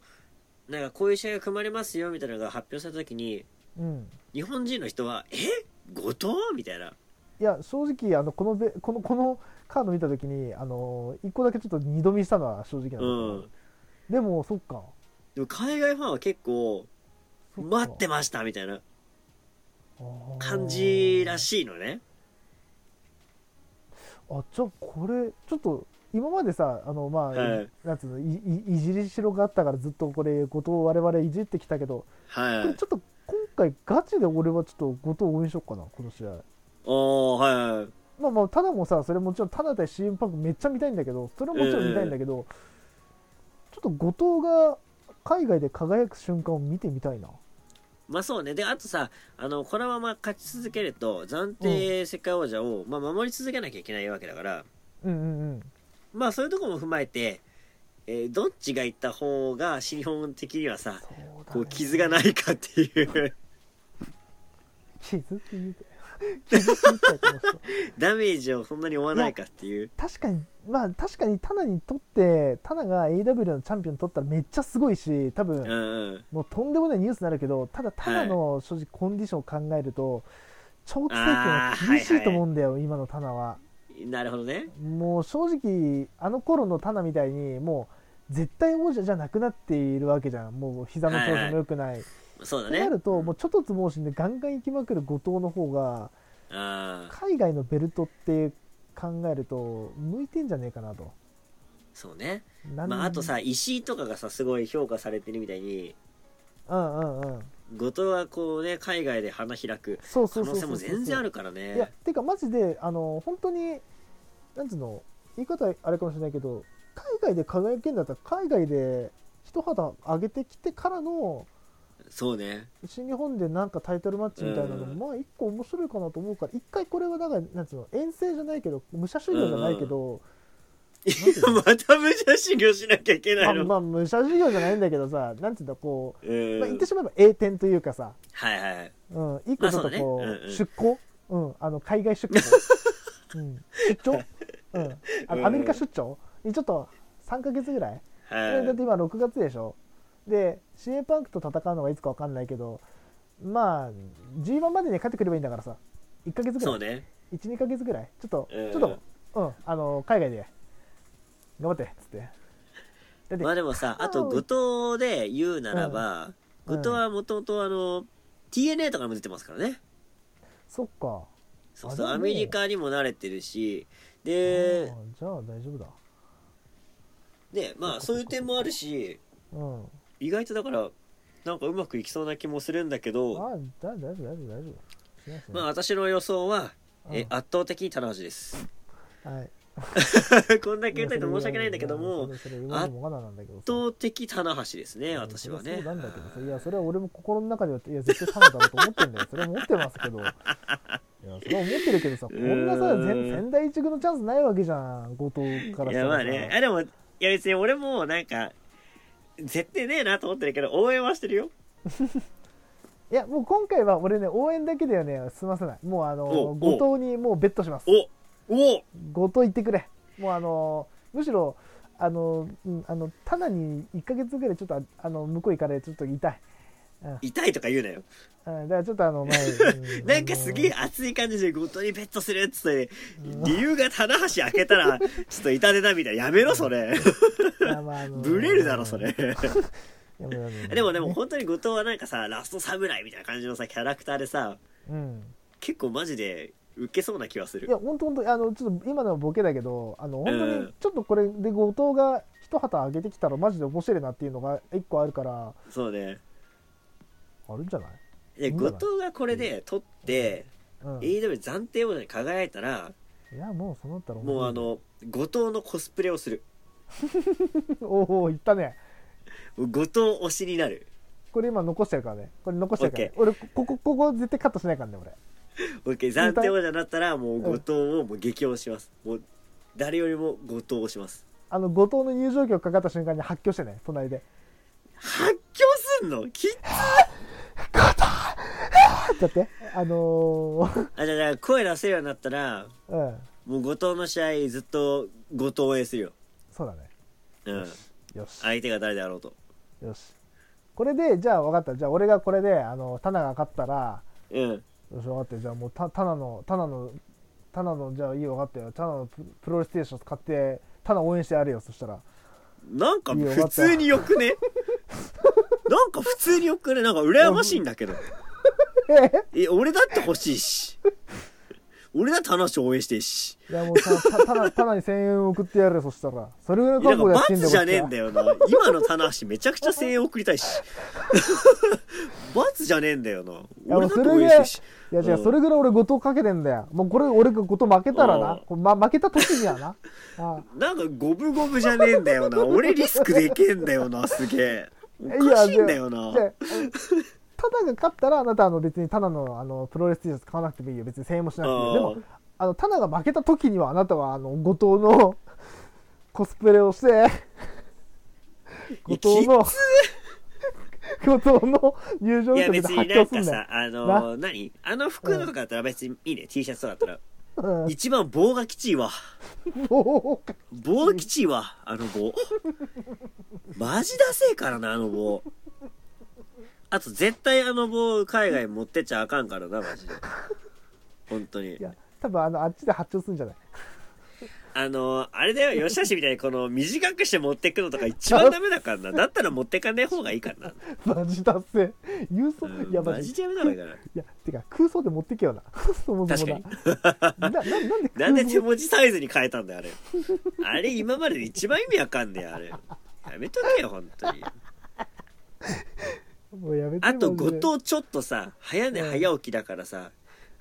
[SPEAKER 2] なんかこういう試合が組まれますよみたいなのが発表された時に
[SPEAKER 1] うん
[SPEAKER 2] 日本人の人は「え後藤?」みたいない
[SPEAKER 1] や正直あのこのべこのこのカード見た時にあの1個だけちょっと二度見したのは正直な
[SPEAKER 2] う
[SPEAKER 1] の、
[SPEAKER 2] ん
[SPEAKER 1] でもそっか
[SPEAKER 2] でも海外ファンは結構「
[SPEAKER 1] そっか
[SPEAKER 2] 待ってました」みたいな
[SPEAKER 1] あー
[SPEAKER 2] 感じらしいのね
[SPEAKER 1] あじゃあこれちょっと今までさあのまあ、
[SPEAKER 2] はい
[SPEAKER 1] なんつうのいいいじりしろがあったからずっとこれ後藤我々いじってきたけど、こ
[SPEAKER 2] は
[SPEAKER 1] れ [LAUGHS]
[SPEAKER 2] い
[SPEAKER 1] ちょっと今回ガチで俺はちょっと後藤応援しようかなこの試合
[SPEAKER 2] おーはいはい
[SPEAKER 1] まあまあ、ただもさ、それもちろん、ただで CM パンクめっちゃ見たいんだけど、それもちろん見たいんだけど、ちょっと後藤が海外で輝く瞬間を見てみたいな。
[SPEAKER 2] まあそうねであとさあのこのまま勝ち続けると暫定世界王者を、まあ、守り続けなきゃいけないわけだから
[SPEAKER 1] うんうんうん。
[SPEAKER 2] まあそういうとこも踏まえて、えーどっちが行った方が新日本的にはさ
[SPEAKER 1] そうだ、ね。
[SPEAKER 2] こう傷がないかっていう
[SPEAKER 1] 傷って言うて。 [LAUGHS] 傷ついたこの人
[SPEAKER 2] [LAUGHS] ダメージをそんなに負わないかっていう
[SPEAKER 1] 確かにまあ確かにタナにとってタナが AW のチャンピオン取ったらめっちゃすごいし多
[SPEAKER 2] うん
[SPEAKER 1] 分
[SPEAKER 2] うん
[SPEAKER 1] もうとんでもないニュースになるけどただタナの正直コンディションを考えると長期政権は厳しいと思うんだよ、今のタナは
[SPEAKER 2] なるほどね
[SPEAKER 1] もう正直あの頃のタナみたいにもう絶対王者じゃなくなっているわけじゃんもう膝の調子も良くない、
[SPEAKER 2] そう
[SPEAKER 1] と
[SPEAKER 2] だ
[SPEAKER 1] な
[SPEAKER 2] ね
[SPEAKER 1] るともうちょっとつ盲信でガンガン行きまくる後藤の方が
[SPEAKER 2] ああ
[SPEAKER 1] 海外のベルトって考えると向いてんじゃねえかなと。
[SPEAKER 2] そうね
[SPEAKER 1] なん
[SPEAKER 2] まああとさ石井とかがさすごい評価されてるみたいに
[SPEAKER 1] うんうんうん
[SPEAKER 2] 後藤はこうね海外で花開く
[SPEAKER 1] そう
[SPEAKER 2] 可
[SPEAKER 1] そうそ
[SPEAKER 2] 能
[SPEAKER 1] うそう
[SPEAKER 2] 性も全然あるから
[SPEAKER 1] いや
[SPEAKER 2] ね
[SPEAKER 1] てかマジであの本当になんつうの言い方あれかもしれないけど海外で輝けるんだったら海外で一肌上げてきてからの
[SPEAKER 2] そうね
[SPEAKER 1] 新日本でなんかタイトルマッチみたいなの
[SPEAKER 2] うん
[SPEAKER 1] もまあ一個面白いかなと思うから一回これはなんかなんつうの遠征じゃないけど武者修行じゃないけど、なんていうの
[SPEAKER 2] [LAUGHS] また武者修行しなきゃいけない
[SPEAKER 1] まあ
[SPEAKER 2] の、
[SPEAKER 1] まあ武者修行じゃないんだけどさなんつうんだこ
[SPEAKER 2] う
[SPEAKER 1] う、
[SPEAKER 2] ん
[SPEAKER 1] まあ、言ってしまえば栄転というかさ
[SPEAKER 2] はいはい
[SPEAKER 1] うん、一個ちょっとこう,、
[SPEAKER 2] まあそうねうんうん
[SPEAKER 1] 出向、うん、あの海外出向、
[SPEAKER 2] [LAUGHS]
[SPEAKER 1] うん、出張、うん、あ
[SPEAKER 2] うん
[SPEAKER 1] のアメリカ出張にちょっと3ヶ月ぐらい、だ
[SPEAKER 2] は
[SPEAKER 1] っ
[SPEAKER 2] い
[SPEAKER 1] て今6月でしょで CA パンクと戦うのがいつか分かんないけどまあ G1 までに勝ってくればいいんだからさ1ヶ月ぐ
[SPEAKER 2] そ
[SPEAKER 1] ら
[SPEAKER 2] う
[SPEAKER 1] い、
[SPEAKER 2] ね
[SPEAKER 1] 12ヶ月ぐらいちょっと、
[SPEAKER 2] うん
[SPEAKER 1] ちょっと、うん、あの海外で頑張ってっつってだって、
[SPEAKER 2] まあでもさあと後藤で言うならば、
[SPEAKER 1] うん
[SPEAKER 2] 後藤はもともとあの TNA とかにも出てますからね
[SPEAKER 1] そっか
[SPEAKER 2] そうそう
[SPEAKER 1] あでも
[SPEAKER 2] アメリカにも慣れてるし
[SPEAKER 1] あ
[SPEAKER 2] で
[SPEAKER 1] ーじゃあ大丈夫だ
[SPEAKER 2] ねまあそういう点もあるし
[SPEAKER 1] うん
[SPEAKER 2] 意外とだからなんかうまくいきそうな気もするんだけど
[SPEAKER 1] あだ大丈夫大丈夫大丈夫しないし
[SPEAKER 2] ま
[SPEAKER 1] ない
[SPEAKER 2] あ私の予想は、
[SPEAKER 1] うん
[SPEAKER 2] え圧倒的に棚橋です [LAUGHS]
[SPEAKER 1] はい
[SPEAKER 2] こんだけ言ったと申し訳ないんだけども
[SPEAKER 1] やそれ言われもわななんだけどさ
[SPEAKER 2] 圧倒的棚橋ですね私は
[SPEAKER 1] そ
[SPEAKER 2] ね
[SPEAKER 1] うなんだけどさいやそれは俺も心の中ではいや絶対タナだろうと思ってんだよそれは思ってますけ
[SPEAKER 2] [LAUGHS]
[SPEAKER 1] どいやそれは思ってるけどさこんなさ
[SPEAKER 2] うーん
[SPEAKER 1] 全仙台一軍のチャンスないわけじゃん後藤からし
[SPEAKER 2] い
[SPEAKER 1] た
[SPEAKER 2] や
[SPEAKER 1] ら
[SPEAKER 2] ま
[SPEAKER 1] さ
[SPEAKER 2] あねあでもいや別に俺もなんか絶対ねえなと思ってるけど応援はしてるよ
[SPEAKER 1] いやもう今回は俺ね応援だけではね済ませないもうあの
[SPEAKER 2] おう
[SPEAKER 1] 後藤にもうベットします
[SPEAKER 2] おお
[SPEAKER 1] 後藤行ってくれもうあのむしろあの、うん、あのタナに1か月ぐらいちょっとああの向こう行かれちょっと痛い
[SPEAKER 2] 痛いとか言うなよ
[SPEAKER 1] うんだからちょっとあの
[SPEAKER 2] [LAUGHS]
[SPEAKER 1] 前、うん
[SPEAKER 2] なんかすげえ熱い感じで後藤にベットするっつって理由が棚橋開けたらちょっと痛手だみたいなやめろそれ
[SPEAKER 1] あのまああの
[SPEAKER 2] ブレるだろそれ
[SPEAKER 1] いやもうあの
[SPEAKER 2] でもでも
[SPEAKER 1] ね
[SPEAKER 2] 本当に後藤はなんかさラスト侍みたいな感じのさキャラクターでさ
[SPEAKER 1] うん
[SPEAKER 2] 結構マジでウケそうな気はす
[SPEAKER 1] い
[SPEAKER 2] る
[SPEAKER 1] や本当本当あのちょっと今のはボケだけどあの本当
[SPEAKER 2] う
[SPEAKER 1] に
[SPEAKER 2] ん
[SPEAKER 1] ちょっとこれで後藤が一旗上げてきたらマジで面白いなっていうのが一個あるから
[SPEAKER 2] そうね
[SPEAKER 1] あるんじゃない、
[SPEAKER 2] で後藤がこれで取って
[SPEAKER 1] うん、い
[SPEAKER 2] AW 暫定王者に輝いたら
[SPEAKER 1] やもうそうなったら
[SPEAKER 2] もうあの後藤のコスプレをする
[SPEAKER 1] おおいったね
[SPEAKER 2] 後藤推しになる
[SPEAKER 1] これ今残してるからねこれ残してるから、ね
[SPEAKER 2] OK
[SPEAKER 1] 俺ここここ絶対カットしないからね俺
[SPEAKER 2] OK 暫定王者になったらもう後藤をもう激推しますもう誰よりも後藤を推します
[SPEAKER 1] あの後藤の入場曲かかった瞬間に発狂してね隣で
[SPEAKER 2] 発狂すんのき
[SPEAKER 1] 「後藤!」ってやってあのー、 [LAUGHS]
[SPEAKER 2] あじゃあじゃあ声出せるようになったら
[SPEAKER 1] うん
[SPEAKER 2] もう後藤の試合ずっと後藤応援するよ
[SPEAKER 1] そうだね
[SPEAKER 2] うん
[SPEAKER 1] よし
[SPEAKER 2] 相手が誰であろうと
[SPEAKER 1] よしこれでじゃあ分かったじゃあ俺がこれであのタナが勝ったら
[SPEAKER 2] うん
[SPEAKER 1] よし分かったじゃあもうタタナのタナのタナのじゃあいいよ分かったよタナのププロレステーション買ってタナ応援してやるよそしたら
[SPEAKER 2] なんか
[SPEAKER 1] いいよ
[SPEAKER 2] 普通によくねなんか普通によくねなんか羨ましいんだけど [LAUGHS] え俺だって欲しいし俺だって話を応援していいし
[SPEAKER 1] いやもうタタタナタナに1000円送ってやるよそしたらそれぐらいの
[SPEAKER 2] なん
[SPEAKER 1] 覚
[SPEAKER 2] か
[SPEAKER 1] 悟でやってんだ
[SPEAKER 2] 罰
[SPEAKER 1] よ
[SPEAKER 2] じゃねえん
[SPEAKER 1] こっ
[SPEAKER 2] だよな今の棚橋めちゃくちゃ声援送りたいし [LAUGHS] 罰じゃねえんだよな俺だって応援していいし
[SPEAKER 1] ちはいや違
[SPEAKER 2] う
[SPEAKER 1] うんそれぐらい俺後藤かけてんだよもうこれ俺が後藤負けたら
[SPEAKER 2] うん
[SPEAKER 1] な、こうま、負けた時にはなあ
[SPEAKER 2] なんか五分五分じゃねえんだよな俺リスクでけんだよなすげえおかしいんだよな
[SPEAKER 1] じゃあタナが勝ったらあなたあの別にタナのあのプロレス T シャツ買わなくてもいいよ別に1000円もしなくていいよでも
[SPEAKER 2] うん
[SPEAKER 1] あのタナが負けた時にはあなたはあの後藤のコスプレをして
[SPEAKER 2] いや
[SPEAKER 1] 後藤の共闘の入場
[SPEAKER 2] い
[SPEAKER 1] 者
[SPEAKER 2] や
[SPEAKER 1] み
[SPEAKER 2] 別
[SPEAKER 1] たい
[SPEAKER 2] に
[SPEAKER 1] 発
[SPEAKER 2] な
[SPEAKER 1] 狂
[SPEAKER 2] ん
[SPEAKER 1] すん
[SPEAKER 2] か
[SPEAKER 1] なよ
[SPEAKER 2] さ、あのー何あの服のとかだったら別にいいね、T シャツとかだったら。
[SPEAKER 1] うん
[SPEAKER 2] 一番棒がきちいわ。
[SPEAKER 1] もう
[SPEAKER 2] 棒きちいわ、あの棒。マジダセえからな、あの棒。あと絶対あの棒海外持ってっちゃあかんからな、マジで。本当に
[SPEAKER 1] い。や多分あのあっちで発注するんじゃない
[SPEAKER 2] あのーあれだよ、吉橋みたいにこの短くして持ってくのとか一番ダメだからな。だったら持ってかねえ方がいいからな。
[SPEAKER 1] マジ達成郵送
[SPEAKER 2] うん
[SPEAKER 1] いやマ
[SPEAKER 2] マ
[SPEAKER 1] ジ
[SPEAKER 2] ジでやめた方がいいから。
[SPEAKER 1] いやてか空想で持ってけよな [LAUGHS] そもそもななななんで
[SPEAKER 2] なんで
[SPEAKER 1] 空
[SPEAKER 2] 手
[SPEAKER 1] 想
[SPEAKER 2] 文字サイズに変えたんだよ、あれ。あれ今までで一番意味わかんねえ、あれ。やめとけよ、本当に。
[SPEAKER 1] もうやめて
[SPEAKER 2] あと
[SPEAKER 1] マジで
[SPEAKER 2] 後藤ちょっとさ早寝
[SPEAKER 1] うん
[SPEAKER 2] 早起きだからさ、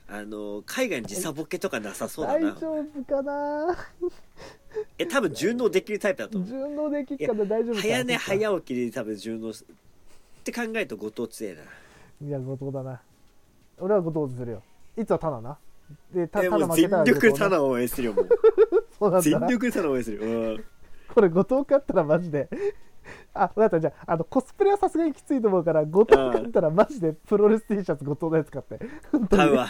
[SPEAKER 2] あの海外の時差ボケとかなさそうだ
[SPEAKER 1] 大
[SPEAKER 2] な
[SPEAKER 1] 丈夫かな
[SPEAKER 2] え多分順応できるタイプだと思う
[SPEAKER 1] 順応できっかな大丈夫かな
[SPEAKER 2] 早寝早起きで多分順応すって考えると後藤強えない
[SPEAKER 1] や後藤だな俺は後藤するよいつはタナなでタ
[SPEAKER 2] え
[SPEAKER 1] タナ
[SPEAKER 2] も
[SPEAKER 1] 負
[SPEAKER 2] う
[SPEAKER 1] け
[SPEAKER 2] 全
[SPEAKER 1] たら後藤
[SPEAKER 2] 力
[SPEAKER 1] な
[SPEAKER 2] タナを応援するよもう
[SPEAKER 1] そうなん
[SPEAKER 2] 全
[SPEAKER 1] だな
[SPEAKER 2] 力タナを応援するうん
[SPEAKER 1] これ後藤勝ったらマジで [LAUGHS] あ分かったじゃああのコスプレはさすがにきついと思うから後藤勝ったらマジでプロレス T シャツ後藤のやつ買って [LAUGHS] 本当
[SPEAKER 2] 買
[SPEAKER 1] に
[SPEAKER 2] うわ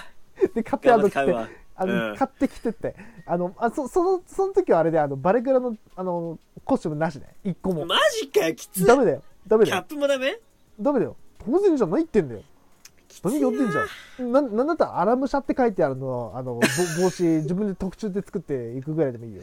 [SPEAKER 1] で買ってあ
[SPEAKER 2] 頑張
[SPEAKER 1] の
[SPEAKER 2] って買うわ
[SPEAKER 1] 着てあの、
[SPEAKER 2] うん
[SPEAKER 1] 買ってきてってあのあそそのその時はあれであのバレグラのあのコスチュームなしね一個も
[SPEAKER 2] マジかよきつい
[SPEAKER 1] ダメだよダメ
[SPEAKER 2] キ
[SPEAKER 1] だ
[SPEAKER 2] ャッ
[SPEAKER 1] よ
[SPEAKER 2] プもダメ
[SPEAKER 1] ダメだよ当然じゃないってんだよ
[SPEAKER 2] きつい
[SPEAKER 1] 何
[SPEAKER 2] な
[SPEAKER 1] 呼んでんじゃんななんだったらアラムシャって書いてあるのあのぼ [LAUGHS] 帽子自分で特注で作っていくぐらいでもいいよ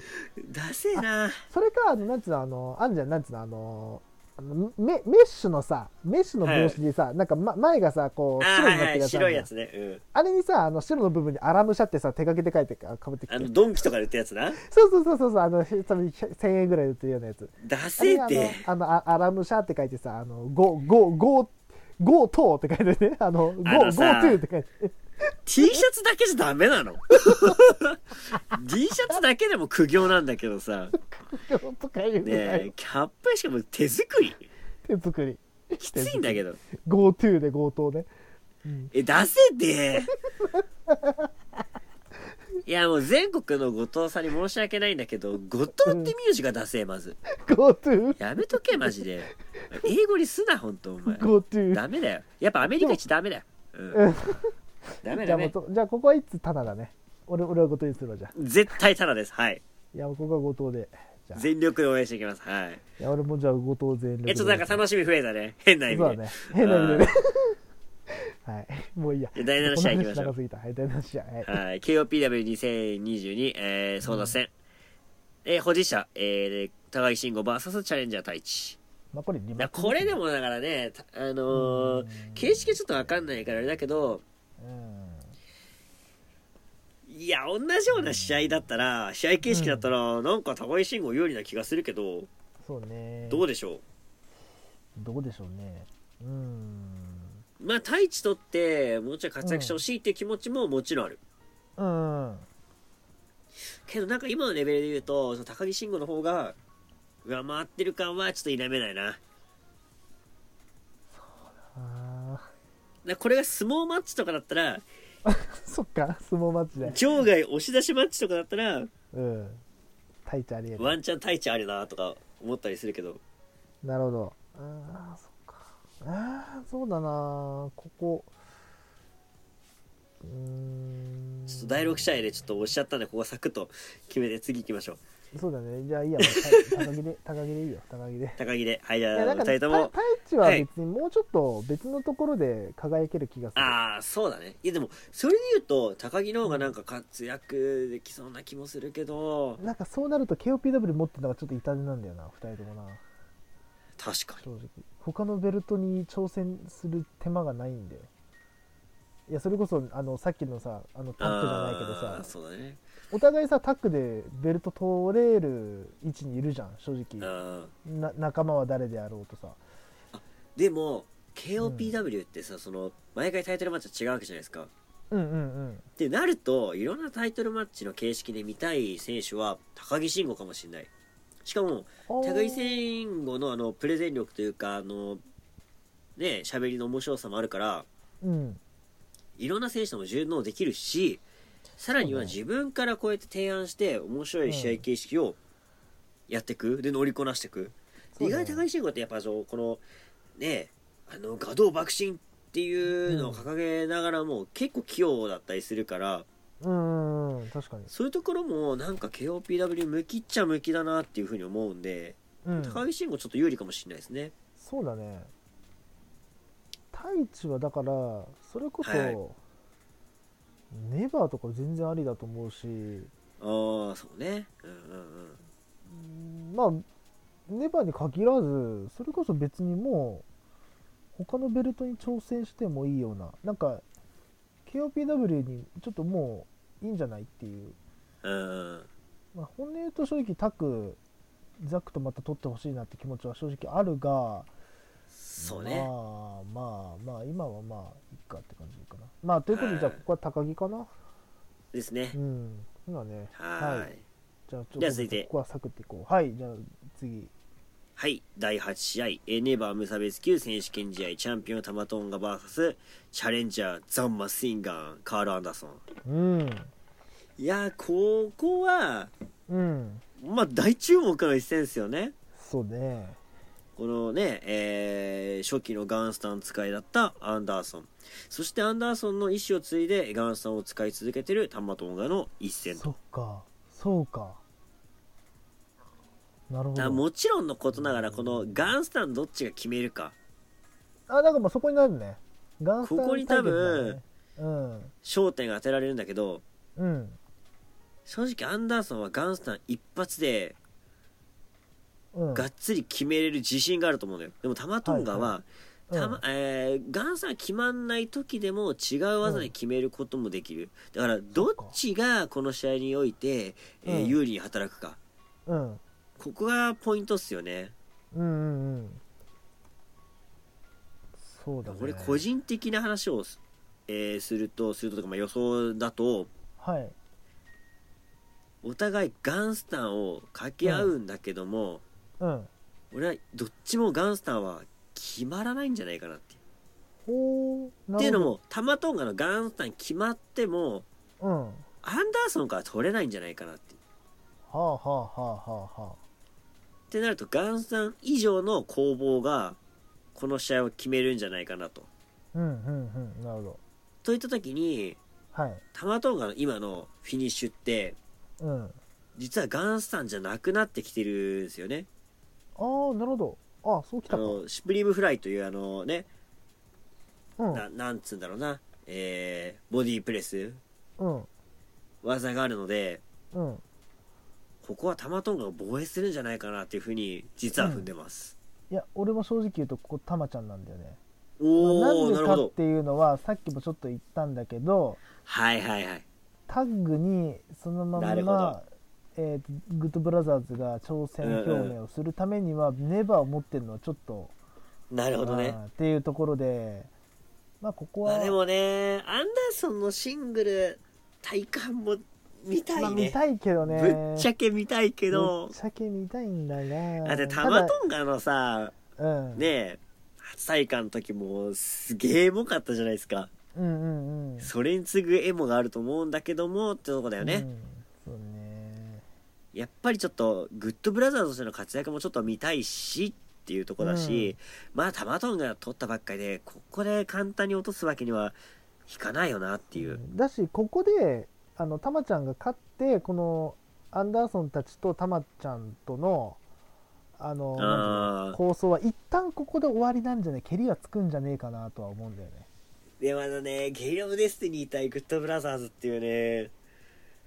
[SPEAKER 2] ダセえな
[SPEAKER 1] それかあのなんつうのあのあんじゃんなんつうのあのあのメメッシュのさメッシュの帽子にさ、なんか、ま、前がさこ
[SPEAKER 2] あ
[SPEAKER 1] う
[SPEAKER 2] ー
[SPEAKER 1] 白
[SPEAKER 2] は
[SPEAKER 1] になって
[SPEAKER 2] い
[SPEAKER 1] る
[SPEAKER 2] は
[SPEAKER 1] やつあるじゃん
[SPEAKER 2] い白いやつねうん
[SPEAKER 1] あれにさあの白の部分にアラムシャってさ手書きで書いてかかぶってき
[SPEAKER 2] あ
[SPEAKER 1] て
[SPEAKER 2] のドンキとかで売ってるやつな
[SPEAKER 1] そうそうそうそうそうあのひ多分ひ1000円ぐらいで売ってるようなやつ
[SPEAKER 2] ダ
[SPEAKER 1] あ
[SPEAKER 2] セ
[SPEAKER 1] れ
[SPEAKER 2] え
[SPEAKER 1] にあ
[SPEAKER 2] って
[SPEAKER 1] のあのあアラムシャって書いてさあの5 5 5 5等って書いてねあの
[SPEAKER 2] あのさ
[SPEAKER 1] 5 2って書 [LAUGHS] いて
[SPEAKER 2] T シャツだけじゃダメなの [LAUGHS] ?D シャツだけでも苦行なんだけどさ。
[SPEAKER 1] とか言う
[SPEAKER 2] ね
[SPEAKER 1] てない
[SPEAKER 2] え、キャップしかも手作り
[SPEAKER 1] 手作り
[SPEAKER 2] きついんだけど。
[SPEAKER 1] GoTo で強盗ね
[SPEAKER 2] え、出せていやもう全国の後藤さんに申し訳ないんだけど、後藤って名字が出せまず。
[SPEAKER 1] GoTo
[SPEAKER 2] やめとけマジで。英語にすな、ほんとお前。
[SPEAKER 1] GoTo
[SPEAKER 2] ダメだよ。やっぱアメリカ一ダメだよ。
[SPEAKER 1] う
[SPEAKER 2] うんん。ダメ
[SPEAKER 1] じゃあも
[SPEAKER 2] だ
[SPEAKER 1] う
[SPEAKER 2] ね。
[SPEAKER 1] とじゃあここはいつタナだね俺俺は後藤にするわじゃあ
[SPEAKER 2] 絶対タダです。はい。
[SPEAKER 1] いやもうここは後藤でじゃあい
[SPEAKER 2] 全力で応援していきます。はい。
[SPEAKER 1] や俺もじゃあ後藤全力で
[SPEAKER 2] え、ちょっとなんか楽しみ増えたね。変な意味
[SPEAKER 1] そうだ
[SPEAKER 2] で。
[SPEAKER 1] ね変な意味でねはいもういいや
[SPEAKER 2] じゃあ第七試合行きましょ
[SPEAKER 1] この話
[SPEAKER 2] う
[SPEAKER 1] 長すぎたはい第7試合はい
[SPEAKER 2] はい、KOPW2022、えー、争奪戦。えー保持者、えー、高木慎吾 VS チャレンジャー太一。
[SPEAKER 1] まあこれリマ
[SPEAKER 2] だ
[SPEAKER 1] ッチ
[SPEAKER 2] これでもだからね、たあのー
[SPEAKER 1] うん
[SPEAKER 2] 形式ちょっとわかんないからあれだけど、
[SPEAKER 1] うん
[SPEAKER 2] いや、同じような試合だったら、試合形式だったら、なんか高木慎吾有利な気がするけど、
[SPEAKER 1] そうね
[SPEAKER 2] どうでしょ
[SPEAKER 1] どうでしょうねうん
[SPEAKER 2] うまあ、太一とって、もうちょい活躍してほしいっていう気持ちももちろんある。
[SPEAKER 1] うん
[SPEAKER 2] けどなんか今のレベルで言うと、その高木慎吾の方が、上回ってる感はちょっと否めないな。
[SPEAKER 1] あ
[SPEAKER 2] なこれが相撲マッチとかだったら
[SPEAKER 1] ー [LAUGHS] そっか相撲マッチで
[SPEAKER 2] 場外押し出しマッチとかだったら
[SPEAKER 1] うん太一ありえる
[SPEAKER 2] ワンチャン太一あるなとか思ったりするけど
[SPEAKER 1] なるほどああそっかああそうだなここうーん
[SPEAKER 2] ちょっと第6試合でちょっと押しちゃったんでここはサクッと決めて次行きましょう
[SPEAKER 1] そうだねじゃあいいやも [LAUGHS] うた高木で高木でいいよ高木で
[SPEAKER 2] 高木ではいじ
[SPEAKER 1] い
[SPEAKER 2] ゃ
[SPEAKER 1] や
[SPEAKER 2] あ
[SPEAKER 1] なんか
[SPEAKER 2] 2人
[SPEAKER 1] ね
[SPEAKER 2] と
[SPEAKER 1] 太
[SPEAKER 2] も
[SPEAKER 1] 太一は
[SPEAKER 2] はい
[SPEAKER 1] 別にもうちょっと別のところで輝ける気がする、
[SPEAKER 2] ああそうだねいやでもそれで言うと高木の方がなんか活躍できそうな気もするけど
[SPEAKER 1] なんかそうなると KOPW 持ってるのがちょっと痛手なんだよな2人ともな
[SPEAKER 2] 確かに
[SPEAKER 1] 正直他のベルトに挑戦する手間がないんだよいやそれこそあのさっきのさあのタッグじゃないけど
[SPEAKER 2] あ
[SPEAKER 1] さ
[SPEAKER 2] あーそうだね
[SPEAKER 1] お互いさタッグでベルト取れる位置にいるじゃん正直
[SPEAKER 2] あー
[SPEAKER 1] な仲間は誰であろうとさ
[SPEAKER 2] でも KOPW ってさその毎回タイトルマッチは違うわけじゃないですか
[SPEAKER 1] うんうん
[SPEAKER 2] ってなるといろんなタイトルマッチの形式で見たい選手は高木慎吾かもしれないしかも
[SPEAKER 1] うん
[SPEAKER 2] 高木慎吾のあのプレゼン力というかあのね喋りの面白さもあるから
[SPEAKER 1] うん
[SPEAKER 2] いろんな選手とも順応できるしさらには
[SPEAKER 1] そうね
[SPEAKER 2] 自分からこうやって提案して面白い試合形式をやっていくで乗りこなしていく、
[SPEAKER 1] そう
[SPEAKER 2] 意
[SPEAKER 1] ね
[SPEAKER 2] 外と高木慎吾ってやっぱそうこのねあの画道爆心っていうのを掲げながらも結構器用だったりするから
[SPEAKER 1] うんうん確かに、
[SPEAKER 2] そういうところもなんか KOPW 向きっちゃ向きだなっていうふうに思うんで
[SPEAKER 1] うん、
[SPEAKER 2] 高木慎吾ちょっと有利かもしれないですね
[SPEAKER 1] そうだね太一はだからそれこそ、
[SPEAKER 2] はい
[SPEAKER 1] ネバーとか全然ありだと思うし
[SPEAKER 2] ああそうねうんうんうん
[SPEAKER 1] まあネバーに限らずそれこそ別にもう他のベルトに挑戦してもいいようななんか KOPW にちょっともういいんじゃないっていう、
[SPEAKER 2] うんうん
[SPEAKER 1] まあ、本音言うと正直タクザックとまた取ってほしいなって気持ちは正直あるが
[SPEAKER 2] そうね
[SPEAKER 1] まあまあまあ今はまあいっかって感じかなまあということ
[SPEAKER 2] は
[SPEAKER 1] で
[SPEAKER 2] い
[SPEAKER 1] じゃあここは高木かな
[SPEAKER 2] ですね
[SPEAKER 1] うん今ね
[SPEAKER 2] はーい
[SPEAKER 1] じゃあちょっ
[SPEAKER 2] じゃ
[SPEAKER 1] と
[SPEAKER 2] あ続いて
[SPEAKER 1] ここはサクっていこうはいじゃあ次
[SPEAKER 2] はい第8試合えーネバー無差別級選手権試合チャンピオンタマトンガ VS チャレンジャーザンマ・スインガンカール・アンダーソン
[SPEAKER 1] うん
[SPEAKER 2] いやーここは
[SPEAKER 1] うん
[SPEAKER 2] まあ大注目の一戦ですよね
[SPEAKER 1] そうね
[SPEAKER 2] このね、えー初期のガンスタン使いだったアンダーソンそしてアンダーソンの意思を継いでガンスタンを使い続けてるタマトンガの一戦と
[SPEAKER 1] そっかそうかなるほ
[SPEAKER 2] あ
[SPEAKER 1] ど
[SPEAKER 2] もちろんのことながらこのガンスタンどっちが決めるか
[SPEAKER 1] あなんかまあそこになるねガンスタ
[SPEAKER 2] ここに多分
[SPEAKER 1] 対決だね
[SPEAKER 2] 焦点が当てられるんだけど
[SPEAKER 1] うんうん
[SPEAKER 2] 正直アンダーソンはガンスタン一発で
[SPEAKER 1] うん
[SPEAKER 2] がっつり決めれる自信があると思うんだよでもタマトンガ
[SPEAKER 1] はい
[SPEAKER 2] はたまえーガンスタン決まんない時でも違う技で決めることもできるだからどっちがこの試合において、えー
[SPEAKER 1] うん
[SPEAKER 2] 有利に働くか
[SPEAKER 1] うんうん
[SPEAKER 2] ここがポイントっすよね
[SPEAKER 1] うんうんうんそうだね
[SPEAKER 2] 俺個人的な話をす,、えーするとするととか、まあ、予想だと
[SPEAKER 1] はい
[SPEAKER 2] お互いガンスタンを掛け合うんだけども、
[SPEAKER 1] うん
[SPEAKER 2] 俺はどっちもガンスタンは決まらないんじゃないかなって
[SPEAKER 1] ほうなるほど
[SPEAKER 2] っていうのもタマトンガのガンスタン決まっても
[SPEAKER 1] うんは
[SPEAKER 2] アンダーソンから取れないんじゃないかなってっ
[SPEAKER 1] あはあはあはあは
[SPEAKER 2] てなるとガンスタン以上の攻防がこの試合を決めるんじゃないかなと
[SPEAKER 1] あうんうんうんなるほど
[SPEAKER 2] といった時に
[SPEAKER 1] はい
[SPEAKER 2] タマトンガの今のフィニッシュって
[SPEAKER 1] うんあ
[SPEAKER 2] 実はガンスタンじゃなくなってきてるんですよね
[SPEAKER 1] あなるほどあそうき
[SPEAKER 2] あ
[SPEAKER 1] たか
[SPEAKER 2] のシュプリームフライというあのね
[SPEAKER 1] うん
[SPEAKER 2] ななんつうんだろうなえー、ボディープレス
[SPEAKER 1] うん
[SPEAKER 2] 技があるので
[SPEAKER 1] うん
[SPEAKER 2] ここはタマトンガが防衛するんじゃないかなっていうふうに実は踏んでます、
[SPEAKER 1] いや俺も正直言うとここたまちゃんなんだよねまあ
[SPEAKER 2] おお
[SPEAKER 1] な
[SPEAKER 2] なん
[SPEAKER 1] で
[SPEAKER 2] るほ
[SPEAKER 1] か
[SPEAKER 2] ど
[SPEAKER 1] っていうのはさっきもちょっと言ったんだけど
[SPEAKER 2] はいはいはい
[SPEAKER 1] タッグにそのま
[SPEAKER 2] なるほ
[SPEAKER 1] ま
[SPEAKER 2] ど、
[SPEAKER 1] えーとグッドブラザーズが挑戦表明をするためにはネバーを持ってるのはちょっと
[SPEAKER 2] なるほどね
[SPEAKER 1] あーっていうところでまあここ
[SPEAKER 2] ま
[SPEAKER 1] は
[SPEAKER 2] あでもねアンダーソンのシングル体感も見た
[SPEAKER 1] まあ
[SPEAKER 2] い
[SPEAKER 1] 見
[SPEAKER 2] ね,、
[SPEAKER 1] たいけどね
[SPEAKER 2] ぶっちゃけ見たいけど
[SPEAKER 1] ぶっちゃけ見たいんだが
[SPEAKER 2] だってタマトンガのさ
[SPEAKER 1] ただうん
[SPEAKER 2] ねえ初体感の時もすげえエモかったじゃないですか
[SPEAKER 1] うんうんうん
[SPEAKER 2] それに次ぐエモがあると思うんだけどもってとこだよね、
[SPEAKER 1] うんそうね
[SPEAKER 2] やっぱりちょっとグッドブラザーズとしての活躍もちょっと見たいしっていうとこだし、まあタマトンが取ったばっかりでここで簡単に落とすわけには引かないよなっていう、
[SPEAKER 1] だしここであのタマちゃんが勝ってこのアンダーソンたちとタマちゃんとのあの
[SPEAKER 2] あー
[SPEAKER 1] なんていうの構想は一旦ここで終わりなんじゃね蹴りがつくんじゃねえかなとは思うんだよね
[SPEAKER 2] でまだねゲイラム・デスティニー対グッドブラザーズっていうね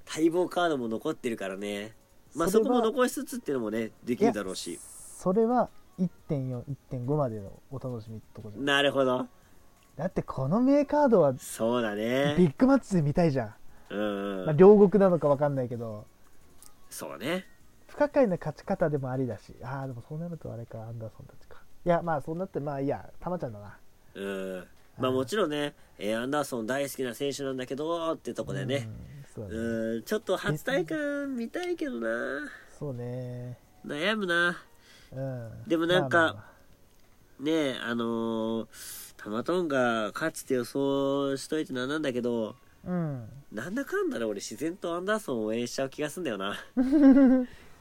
[SPEAKER 2] 待望カードも残ってるからねまあ
[SPEAKER 1] そ
[SPEAKER 2] そ
[SPEAKER 1] れ
[SPEAKER 2] こ
[SPEAKER 1] が
[SPEAKER 2] も残しつつっていうのもねできるだろう
[SPEAKER 1] いや
[SPEAKER 2] し
[SPEAKER 1] それは1.41.5までのお楽しみってことじゃん
[SPEAKER 2] なるほど
[SPEAKER 1] だってこの名カードはビ
[SPEAKER 2] そうだね
[SPEAKER 1] ッグマッチで見たいじゃん、
[SPEAKER 2] うん、
[SPEAKER 1] まあ、両国なのか分かんないけど
[SPEAKER 2] そうね
[SPEAKER 1] 不可解な勝ち方でもありだしああでもそうなるとあれかアンダーソンたちかいやまあそうなってまあいいやタマちゃんだな
[SPEAKER 2] うんまあもちろんね、えーアンダーソン大好きな選手なんだけどってとこでね、
[SPEAKER 1] うんそうだね
[SPEAKER 2] うんちょっと初体感見たいけどな
[SPEAKER 1] そうね
[SPEAKER 2] 悩むな
[SPEAKER 1] うん
[SPEAKER 2] でもなんか
[SPEAKER 1] まあまあま
[SPEAKER 2] ねえあのー、タマトンが勝つって予想しといてなんなんだけど
[SPEAKER 1] あうん
[SPEAKER 2] なんだかんだで俺自然とアンダ
[SPEAKER 1] [LAUGHS]
[SPEAKER 2] ーソンを応援しちゃう気がすんだよな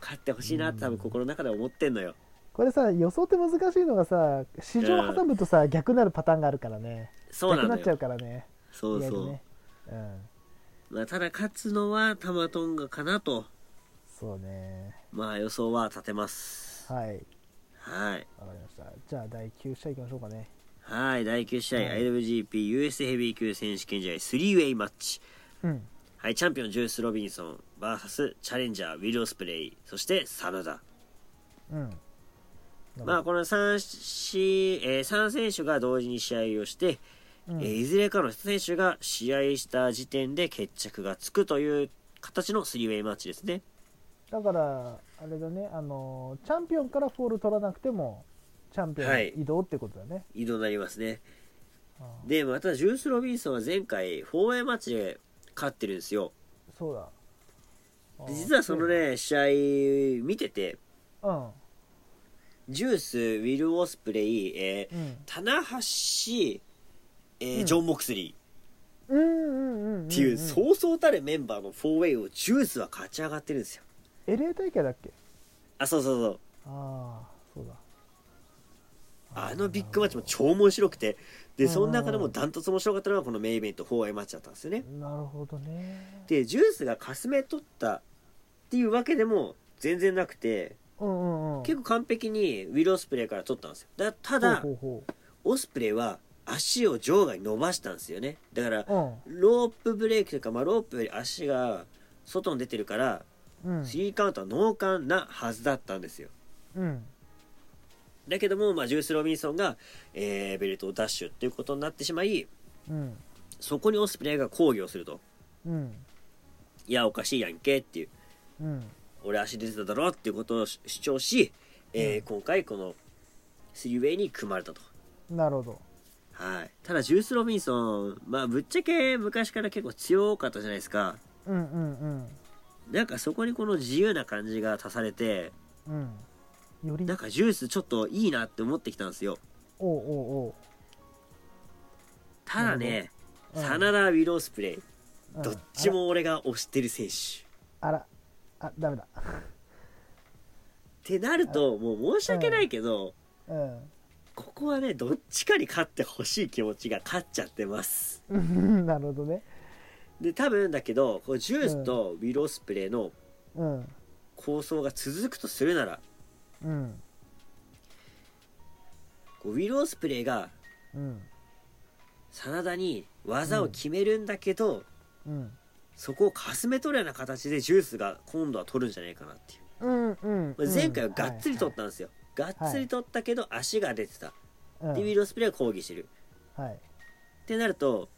[SPEAKER 2] 勝ってほしいなって多分心の中で思ってんのよ
[SPEAKER 1] これさ予想って難しいのがさ市場挟むとさ、逆になるパターンがあるからね
[SPEAKER 2] そうな
[SPEAKER 1] 逆
[SPEAKER 2] ん
[SPEAKER 1] にな
[SPEAKER 2] だ
[SPEAKER 1] っちゃ
[SPEAKER 2] よ
[SPEAKER 1] うからね
[SPEAKER 2] そう
[SPEAKER 1] 意外
[SPEAKER 2] そ
[SPEAKER 1] と
[SPEAKER 2] う、
[SPEAKER 1] ね、うん、
[SPEAKER 2] まあ、ただ勝つのはタマトンガかなと
[SPEAKER 1] そうね
[SPEAKER 2] まあ予想は立てます
[SPEAKER 1] はい
[SPEAKER 2] はい
[SPEAKER 1] わかりましたじゃあ第9試合いきましょうかね
[SPEAKER 2] はい第9試合、
[SPEAKER 1] はい
[SPEAKER 2] IWGPUS ヘビー級選手権試合 3way マッチ
[SPEAKER 1] うん
[SPEAKER 2] はい、チャンピオンジュース・ロビンソン VS チャレンジャーウィル・オスプレイそして真田
[SPEAKER 1] うん
[SPEAKER 2] まあこの 3, し、えー三選手が同時に試合をして、
[SPEAKER 1] うん
[SPEAKER 2] えーいずれかの選手が試合した時点で決着がつくという形の 3way マッチですね
[SPEAKER 1] だからあれだねあのチャンピオンからフォール取らなくてもチャンピオン
[SPEAKER 2] はい
[SPEAKER 1] 移動ってことだね、
[SPEAKER 2] 移動になりますね
[SPEAKER 1] うん
[SPEAKER 2] でまたジュース・ロビンソンは前回 4way マッチで勝ってるんですよ
[SPEAKER 1] そうだ
[SPEAKER 2] で実はそのね試合見てて
[SPEAKER 1] うん
[SPEAKER 2] ジュースウィル・オスプレイ、えー
[SPEAKER 1] うん
[SPEAKER 2] 棚橋、えー
[SPEAKER 1] うん
[SPEAKER 2] ジョン・モクスリー
[SPEAKER 1] うんうんうんうん
[SPEAKER 2] っていう、
[SPEAKER 1] ん
[SPEAKER 2] そうそうたるメンバーの 4way をジュースは勝ち上がってるんですよ
[SPEAKER 1] LA 大会だっけ
[SPEAKER 2] あそうそうそう
[SPEAKER 1] ああそうだ
[SPEAKER 2] あのビッグマッチも超面白くてで
[SPEAKER 1] うん
[SPEAKER 2] その中でもダントツ面白かったのがこのメインイベント 4way マッチだったんですよね
[SPEAKER 1] なるほどね
[SPEAKER 2] でジュースがかすめ取ったっていうわけでも全然なくて
[SPEAKER 1] うんうんうん
[SPEAKER 2] 結構完璧にウィル・オスプレイから取ったんですよだた
[SPEAKER 1] 構
[SPEAKER 2] だ
[SPEAKER 1] ほうほ
[SPEAKER 2] オスプレイは足を場外に伸ばしたんですよねだから
[SPEAKER 1] うほ
[SPEAKER 2] ロープブレーキというか、まあ、ロープより足が外に出てるから
[SPEAKER 1] ううんうん
[SPEAKER 2] 3カウントはノーカンなはずだったんですよ
[SPEAKER 1] うん
[SPEAKER 2] だけども、まあ、ジュース・ロビンソンが、えーベルトを奪取っていうことになってしまい
[SPEAKER 1] うん
[SPEAKER 2] そこにオスプレイが抗議をすると
[SPEAKER 1] うん
[SPEAKER 2] 「いやおかしいやんけ」っていう
[SPEAKER 1] うん
[SPEAKER 2] 「俺足出てただろ」っていうことを主主張し、えー
[SPEAKER 1] うん
[SPEAKER 2] 今回この 3way に組まれたと。
[SPEAKER 1] なるほど
[SPEAKER 2] はい、ただジュース・ロビンソン、まあ、ぶっちゃけ昔から結構強かったじゃないですか
[SPEAKER 1] うんうんうん
[SPEAKER 2] なんかそこにこの自由な感じが足されて
[SPEAKER 1] うんより
[SPEAKER 2] なんかジュースちょっといいなって思ってきたんですよ
[SPEAKER 1] おうおうおう
[SPEAKER 2] ただね、
[SPEAKER 1] うん
[SPEAKER 2] 真田ウィロースプレイ、
[SPEAKER 1] うん
[SPEAKER 2] どっちも俺が推してる選手
[SPEAKER 1] あらあらあダメだ
[SPEAKER 2] ってなるともう申し訳ないけど、
[SPEAKER 1] うん
[SPEAKER 2] ここはねどっちかに勝ってほしい気持ちが勝っちゃってます
[SPEAKER 1] うん [LAUGHS] なるほどね
[SPEAKER 2] で多分だけどこうジュースとウィロスプレイの
[SPEAKER 1] うん
[SPEAKER 2] 構想が続くとするなら
[SPEAKER 1] うん
[SPEAKER 2] こうウィロスプレイが
[SPEAKER 1] うん
[SPEAKER 2] 真田に技を決めるんだけど、
[SPEAKER 1] うん
[SPEAKER 2] そこをかすめ取るような形でジュースが今度は取るんじゃないかなっていう
[SPEAKER 1] うんうん
[SPEAKER 2] まあ前回はがっつり取ったんですよ、がっつり取ったけど足が出てた、
[SPEAKER 1] たは
[SPEAKER 2] でウィ
[SPEAKER 1] い
[SPEAKER 2] ロスプレイが抗議してる
[SPEAKER 1] はい
[SPEAKER 2] ってなると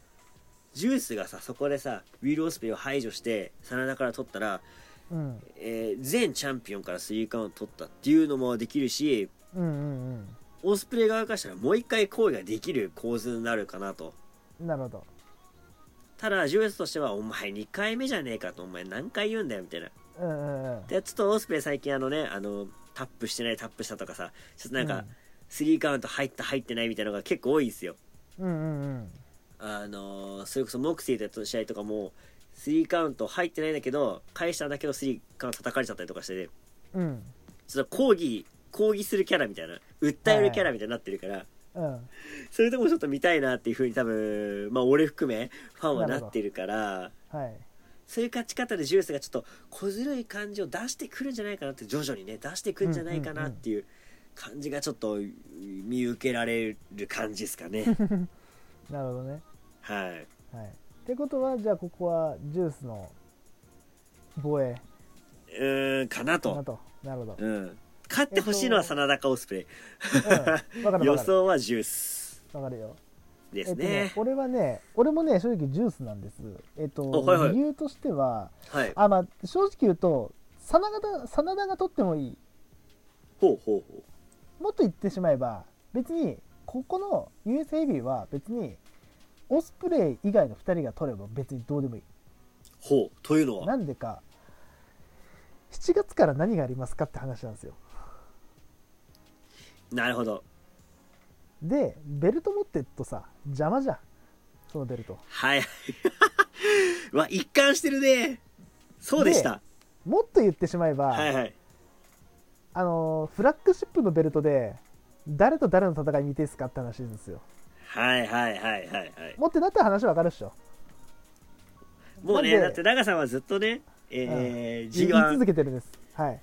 [SPEAKER 2] ジュースがさそこでさウィル・オスプレイを排除して真田から取ったら、
[SPEAKER 1] うん
[SPEAKER 2] えー全チャンピオンからスリーカウント取ったっていうのもできるし
[SPEAKER 1] うんうん
[SPEAKER 2] オスプレイ側からしたらもう一回行為ができる構図になるかなと
[SPEAKER 1] うんなるほど
[SPEAKER 2] ただジュースとしては「お前2回目じゃねえか」と「お前何回言うんだよ」みたいな
[SPEAKER 1] うんうんうん
[SPEAKER 2] でちょっとオスプレイ最近あのねあのタップしてないタップしたとかさちょっとなん
[SPEAKER 1] う
[SPEAKER 2] か
[SPEAKER 1] ん
[SPEAKER 2] スリーカウント入った入ってないみたいなのが結構多いんですよ
[SPEAKER 1] うんうんうん
[SPEAKER 2] あのーそれこそモクシーとの試合とかも3カウント入ってないんだけど返したんだけど3カウント叩かれちゃったりとかしてね
[SPEAKER 1] うん
[SPEAKER 2] ちょっと抗議抗議するキャラみたいな訴えるキャラみたいになってるから、
[SPEAKER 1] うん
[SPEAKER 2] それでもちょっと見たいなっていうふうに多分まあ俺含めファンはなってるから
[SPEAKER 1] はい
[SPEAKER 2] そういう勝ち方でジュースがちょっと小ずるい感じを出してくるんじゃないかなって徐々にね出してくるんじゃないかなっていう感じがちょっと見受けられる感じですかね
[SPEAKER 1] [LAUGHS] なるほどね
[SPEAKER 2] はい
[SPEAKER 1] はいってことはじゃあここはジュースの防衛
[SPEAKER 2] うーんかな
[SPEAKER 1] か
[SPEAKER 2] と
[SPEAKER 1] なとなるほど
[SPEAKER 2] うん勝ってほしいのは真田かオスプレイ、
[SPEAKER 1] うんわかる
[SPEAKER 2] 予
[SPEAKER 1] わかる
[SPEAKER 2] 想はジュース
[SPEAKER 1] わかるよ
[SPEAKER 2] で
[SPEAKER 1] え
[SPEAKER 2] す
[SPEAKER 1] っと
[SPEAKER 2] ね
[SPEAKER 1] ね、俺はね俺もね正直ジュースなんですえっと
[SPEAKER 2] おはいはい
[SPEAKER 1] 理由としては
[SPEAKER 2] はい
[SPEAKER 1] あまあ正直言うと真田真田が取ってもいい
[SPEAKER 2] ほうほうほ
[SPEAKER 1] もっと言ってしまえば別にここの US ヘビーは別にオスプレイ以外の2人が取れば別にどうでもいいう
[SPEAKER 2] ほうというのは
[SPEAKER 1] なんでか7月から何がありますかって話なんですよ
[SPEAKER 2] なるほど
[SPEAKER 1] でベルト持ってっとさ邪魔じゃんそのベルト
[SPEAKER 2] はい [LAUGHS] うわ一貫してるねそうでした
[SPEAKER 1] もっと言ってしまえば、
[SPEAKER 2] はいはい
[SPEAKER 1] あのフラッグシップのベルトで誰と誰の戦い見ていすかって話ですよ
[SPEAKER 2] はいはいはいはいはい
[SPEAKER 1] 持ってなったら話わかるっしょ
[SPEAKER 2] も
[SPEAKER 1] なん
[SPEAKER 2] うね
[SPEAKER 1] で
[SPEAKER 2] だって長さんはずっとねえー、
[SPEAKER 1] 言い
[SPEAKER 2] G1 ず
[SPEAKER 1] 続けてるんですはい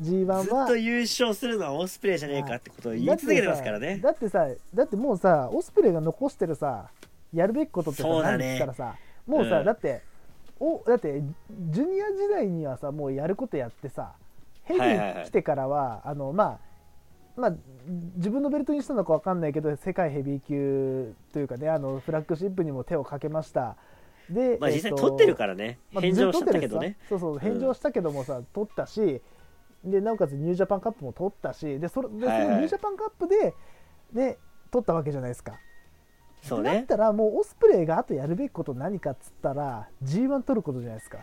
[SPEAKER 1] G1 は
[SPEAKER 2] っと優勝するのはオスプレイじゃねえかってことを言い続けてますからね
[SPEAKER 1] だってさだってさだってもうさオスプレイが残してるさやるべきことってさ
[SPEAKER 2] そうだ
[SPEAKER 1] 何
[SPEAKER 2] ね
[SPEAKER 1] つったらさもうさ、
[SPEAKER 2] うん
[SPEAKER 1] だっておだってジュニア時代にはさもうやることやってさヘビ
[SPEAKER 2] はいはいは
[SPEAKER 1] ー
[SPEAKER 2] い
[SPEAKER 1] 来てからは,、あのまあまあ自分のベルトにしたのかわかんないけど世界ヘビー級というかねあのフラッグシップにも手をかけましたで、
[SPEAKER 2] まあ実際
[SPEAKER 1] えと
[SPEAKER 2] 取ってるからね
[SPEAKER 1] まあ
[SPEAKER 2] 返上しちゃったけ
[SPEAKER 1] ずと
[SPEAKER 2] ど
[SPEAKER 1] 取っ
[SPEAKER 2] ね
[SPEAKER 1] てるしさそうそう返上したけどもさ、取ったしでなおかつニュージャパンカップも取ったしでそれでそ
[SPEAKER 2] はいはい
[SPEAKER 1] のニュージャパンカップでで取ったわけじゃないですか。
[SPEAKER 2] そう
[SPEAKER 1] だっ
[SPEAKER 2] ね
[SPEAKER 1] たらもうオスプレイがあとやるべきこと何かっつったら G1 取ることじゃないですか。っ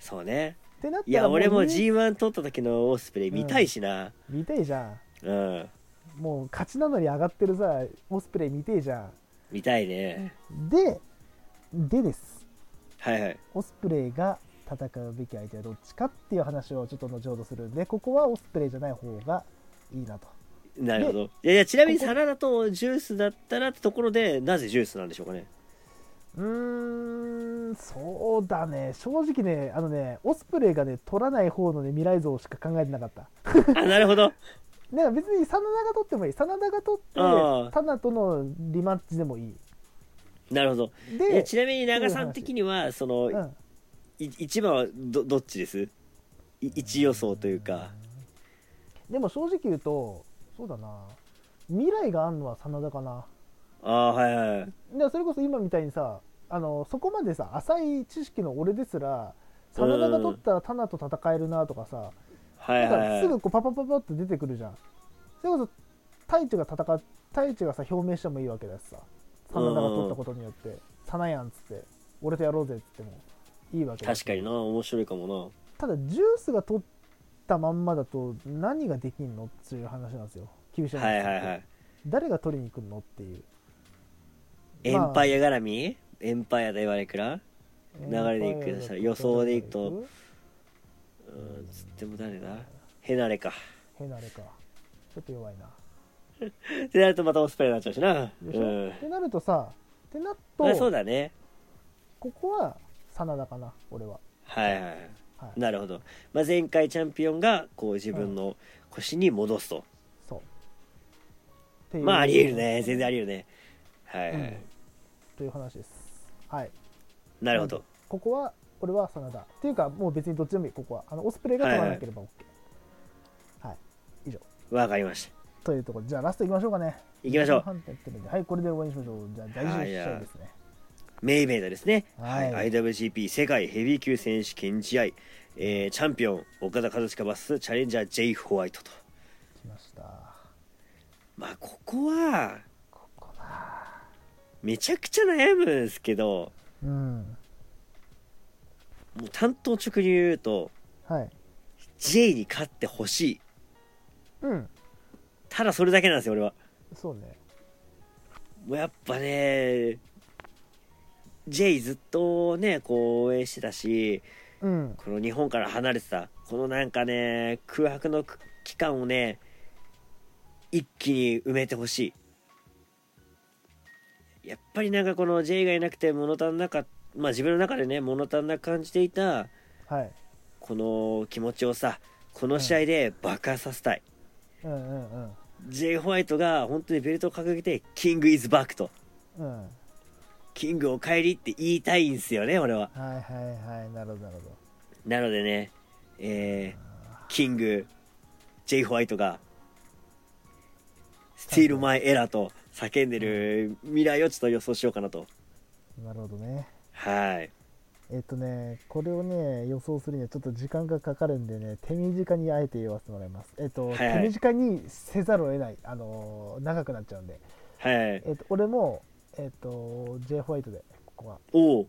[SPEAKER 2] そうね
[SPEAKER 1] てなったら
[SPEAKER 2] いや俺も
[SPEAKER 1] う
[SPEAKER 2] G1 取った時のオスプレイ見たいしな
[SPEAKER 1] 見てえじゃん
[SPEAKER 2] うん、
[SPEAKER 1] もう勝ちなのに上がってるさオスプレイ見てえじゃ
[SPEAKER 2] 見たいね
[SPEAKER 1] ん。ででです
[SPEAKER 2] はいはい
[SPEAKER 1] オスプレイが戦うべき相手はどっちかっていう話をちょっと後ほどするんでここはオスプレイじゃない方がいいなと。
[SPEAKER 2] なるほどいやいやちなみに
[SPEAKER 1] ここ
[SPEAKER 2] サラダとジュースだったらってところでなぜジュースなんでしょうかね
[SPEAKER 1] うーんそうだね正直ねあのねオスプレイがね取らない方のね未来像しか考えてなかった
[SPEAKER 2] あなるほど
[SPEAKER 1] だから別に真田が取ってもいい真田が取
[SPEAKER 2] あ
[SPEAKER 1] っ
[SPEAKER 2] あ
[SPEAKER 1] てタナとのリマッチでもいい
[SPEAKER 2] なるほどいや
[SPEAKER 1] で
[SPEAKER 2] ちなみに長さん的にはその、
[SPEAKER 1] うん
[SPEAKER 2] い一番はどどっちですい一予想というか
[SPEAKER 1] でも正直言うとそうだな未来があるのは真田かな
[SPEAKER 2] ああはいはい
[SPEAKER 1] だからそれこそ今みたいにさあのそこまでさ浅い知識の俺ですら真田が取ったらタナと戦えるなとかさ、
[SPEAKER 2] はい
[SPEAKER 1] だか
[SPEAKER 2] はい
[SPEAKER 1] ら
[SPEAKER 2] は
[SPEAKER 1] す
[SPEAKER 2] い
[SPEAKER 1] ぐこうパパパパって出てくるじゃんそれこそ太一が戦う太一がさ表明してもいいわけだしさ真田が取ったことによって「サナヤン」っつって「俺とやろうぜ」っつってもいいわけだし
[SPEAKER 2] 確かにな面白いかも
[SPEAKER 1] ただジュースが取ったまんまだと何ができんのっていう話なんですよ厳しい
[SPEAKER 2] な
[SPEAKER 1] 話
[SPEAKER 2] はいはいはい
[SPEAKER 1] 誰が取りに来るのっていう
[SPEAKER 2] エンパイア絡み、エンパイアで言われくら流れでいく
[SPEAKER 1] エンパイアだと
[SPEAKER 2] 予想でいくとうんつっても誰だヘナレか [LAUGHS]
[SPEAKER 1] ヘナレかちょっと弱いな
[SPEAKER 2] ってなるとまたオスプレイになっちゃうしな
[SPEAKER 1] でしょ、
[SPEAKER 2] うん
[SPEAKER 1] ってなるとさってなる
[SPEAKER 2] まあそう
[SPEAKER 1] と
[SPEAKER 2] だね
[SPEAKER 1] ここは真田かな俺は
[SPEAKER 2] はいはいはい
[SPEAKER 1] はい
[SPEAKER 2] なるほど、まあ、前回チャンピオンがこう自分の腰に戻すと、
[SPEAKER 1] そうっていう
[SPEAKER 2] まあありえるね全然ありえるねはいはい、
[SPEAKER 1] うんという話ですはい
[SPEAKER 2] なるほど
[SPEAKER 1] ここは俺は真田っていうかもう別にどっちでもいいここはあのオスプレイが取らなければ OK はい、以上
[SPEAKER 2] わかりました
[SPEAKER 1] というところでじゃあラストいきましょうかね
[SPEAKER 2] 行きましょう
[SPEAKER 1] 1分半経ってるんではいこれで終わりにしましょうじゃあ大事な試合ですね
[SPEAKER 2] メイベイダですね、
[SPEAKER 1] はい
[SPEAKER 2] はい IWGP 世界ヘビー級選手権試合、えーチャンピオン岡田和親バスチャレンジャー J ホワイトと
[SPEAKER 1] 来ました
[SPEAKER 2] まあここは
[SPEAKER 1] ここだ
[SPEAKER 2] めちゃくちゃ悩むんですけど
[SPEAKER 1] うん
[SPEAKER 2] もう担当直入に言うと
[SPEAKER 1] はい
[SPEAKER 2] J に勝ってほしい
[SPEAKER 1] うん
[SPEAKER 2] ただそれだけなんですよ俺は
[SPEAKER 1] そうね
[SPEAKER 2] もうやっぱね J ずっとねこう応援してたし
[SPEAKER 1] うん
[SPEAKER 2] この日本から離れてたこのなんかね空白の期間をね一気に埋めてほしいやっぱりなんかこの J がいなくて物足んなかまあ自分の中でね物足んなく感じていた
[SPEAKER 1] はい
[SPEAKER 2] この気持ちをさこの試合で爆発させたい、
[SPEAKER 1] うんうんうん
[SPEAKER 2] J ホワイトが本当にベルトを掲げて「キングイズバック」と
[SPEAKER 1] うんは
[SPEAKER 2] 「キングお帰り」って言いたいんですよね俺はい
[SPEAKER 1] はいはいなるほどなるほど
[SPEAKER 2] なのでね、えー、キング、ジェイ・ホワイトが、スティール・マイ・エラーと叫んでる未来をちょっと予想しようかなと。
[SPEAKER 1] なるほどね
[SPEAKER 2] はい。
[SPEAKER 1] えっとね、これをね、予想するにはちょっと時間がかかるんでね、手短にあえて言わせてもらいます。えっと、
[SPEAKER 2] はいはい
[SPEAKER 1] 手短にせざるを得ない、あのー長くなっちゃうんで、
[SPEAKER 2] はい。
[SPEAKER 1] えっと、俺も、えっと、J ホワイトで、ここは、
[SPEAKER 2] おお。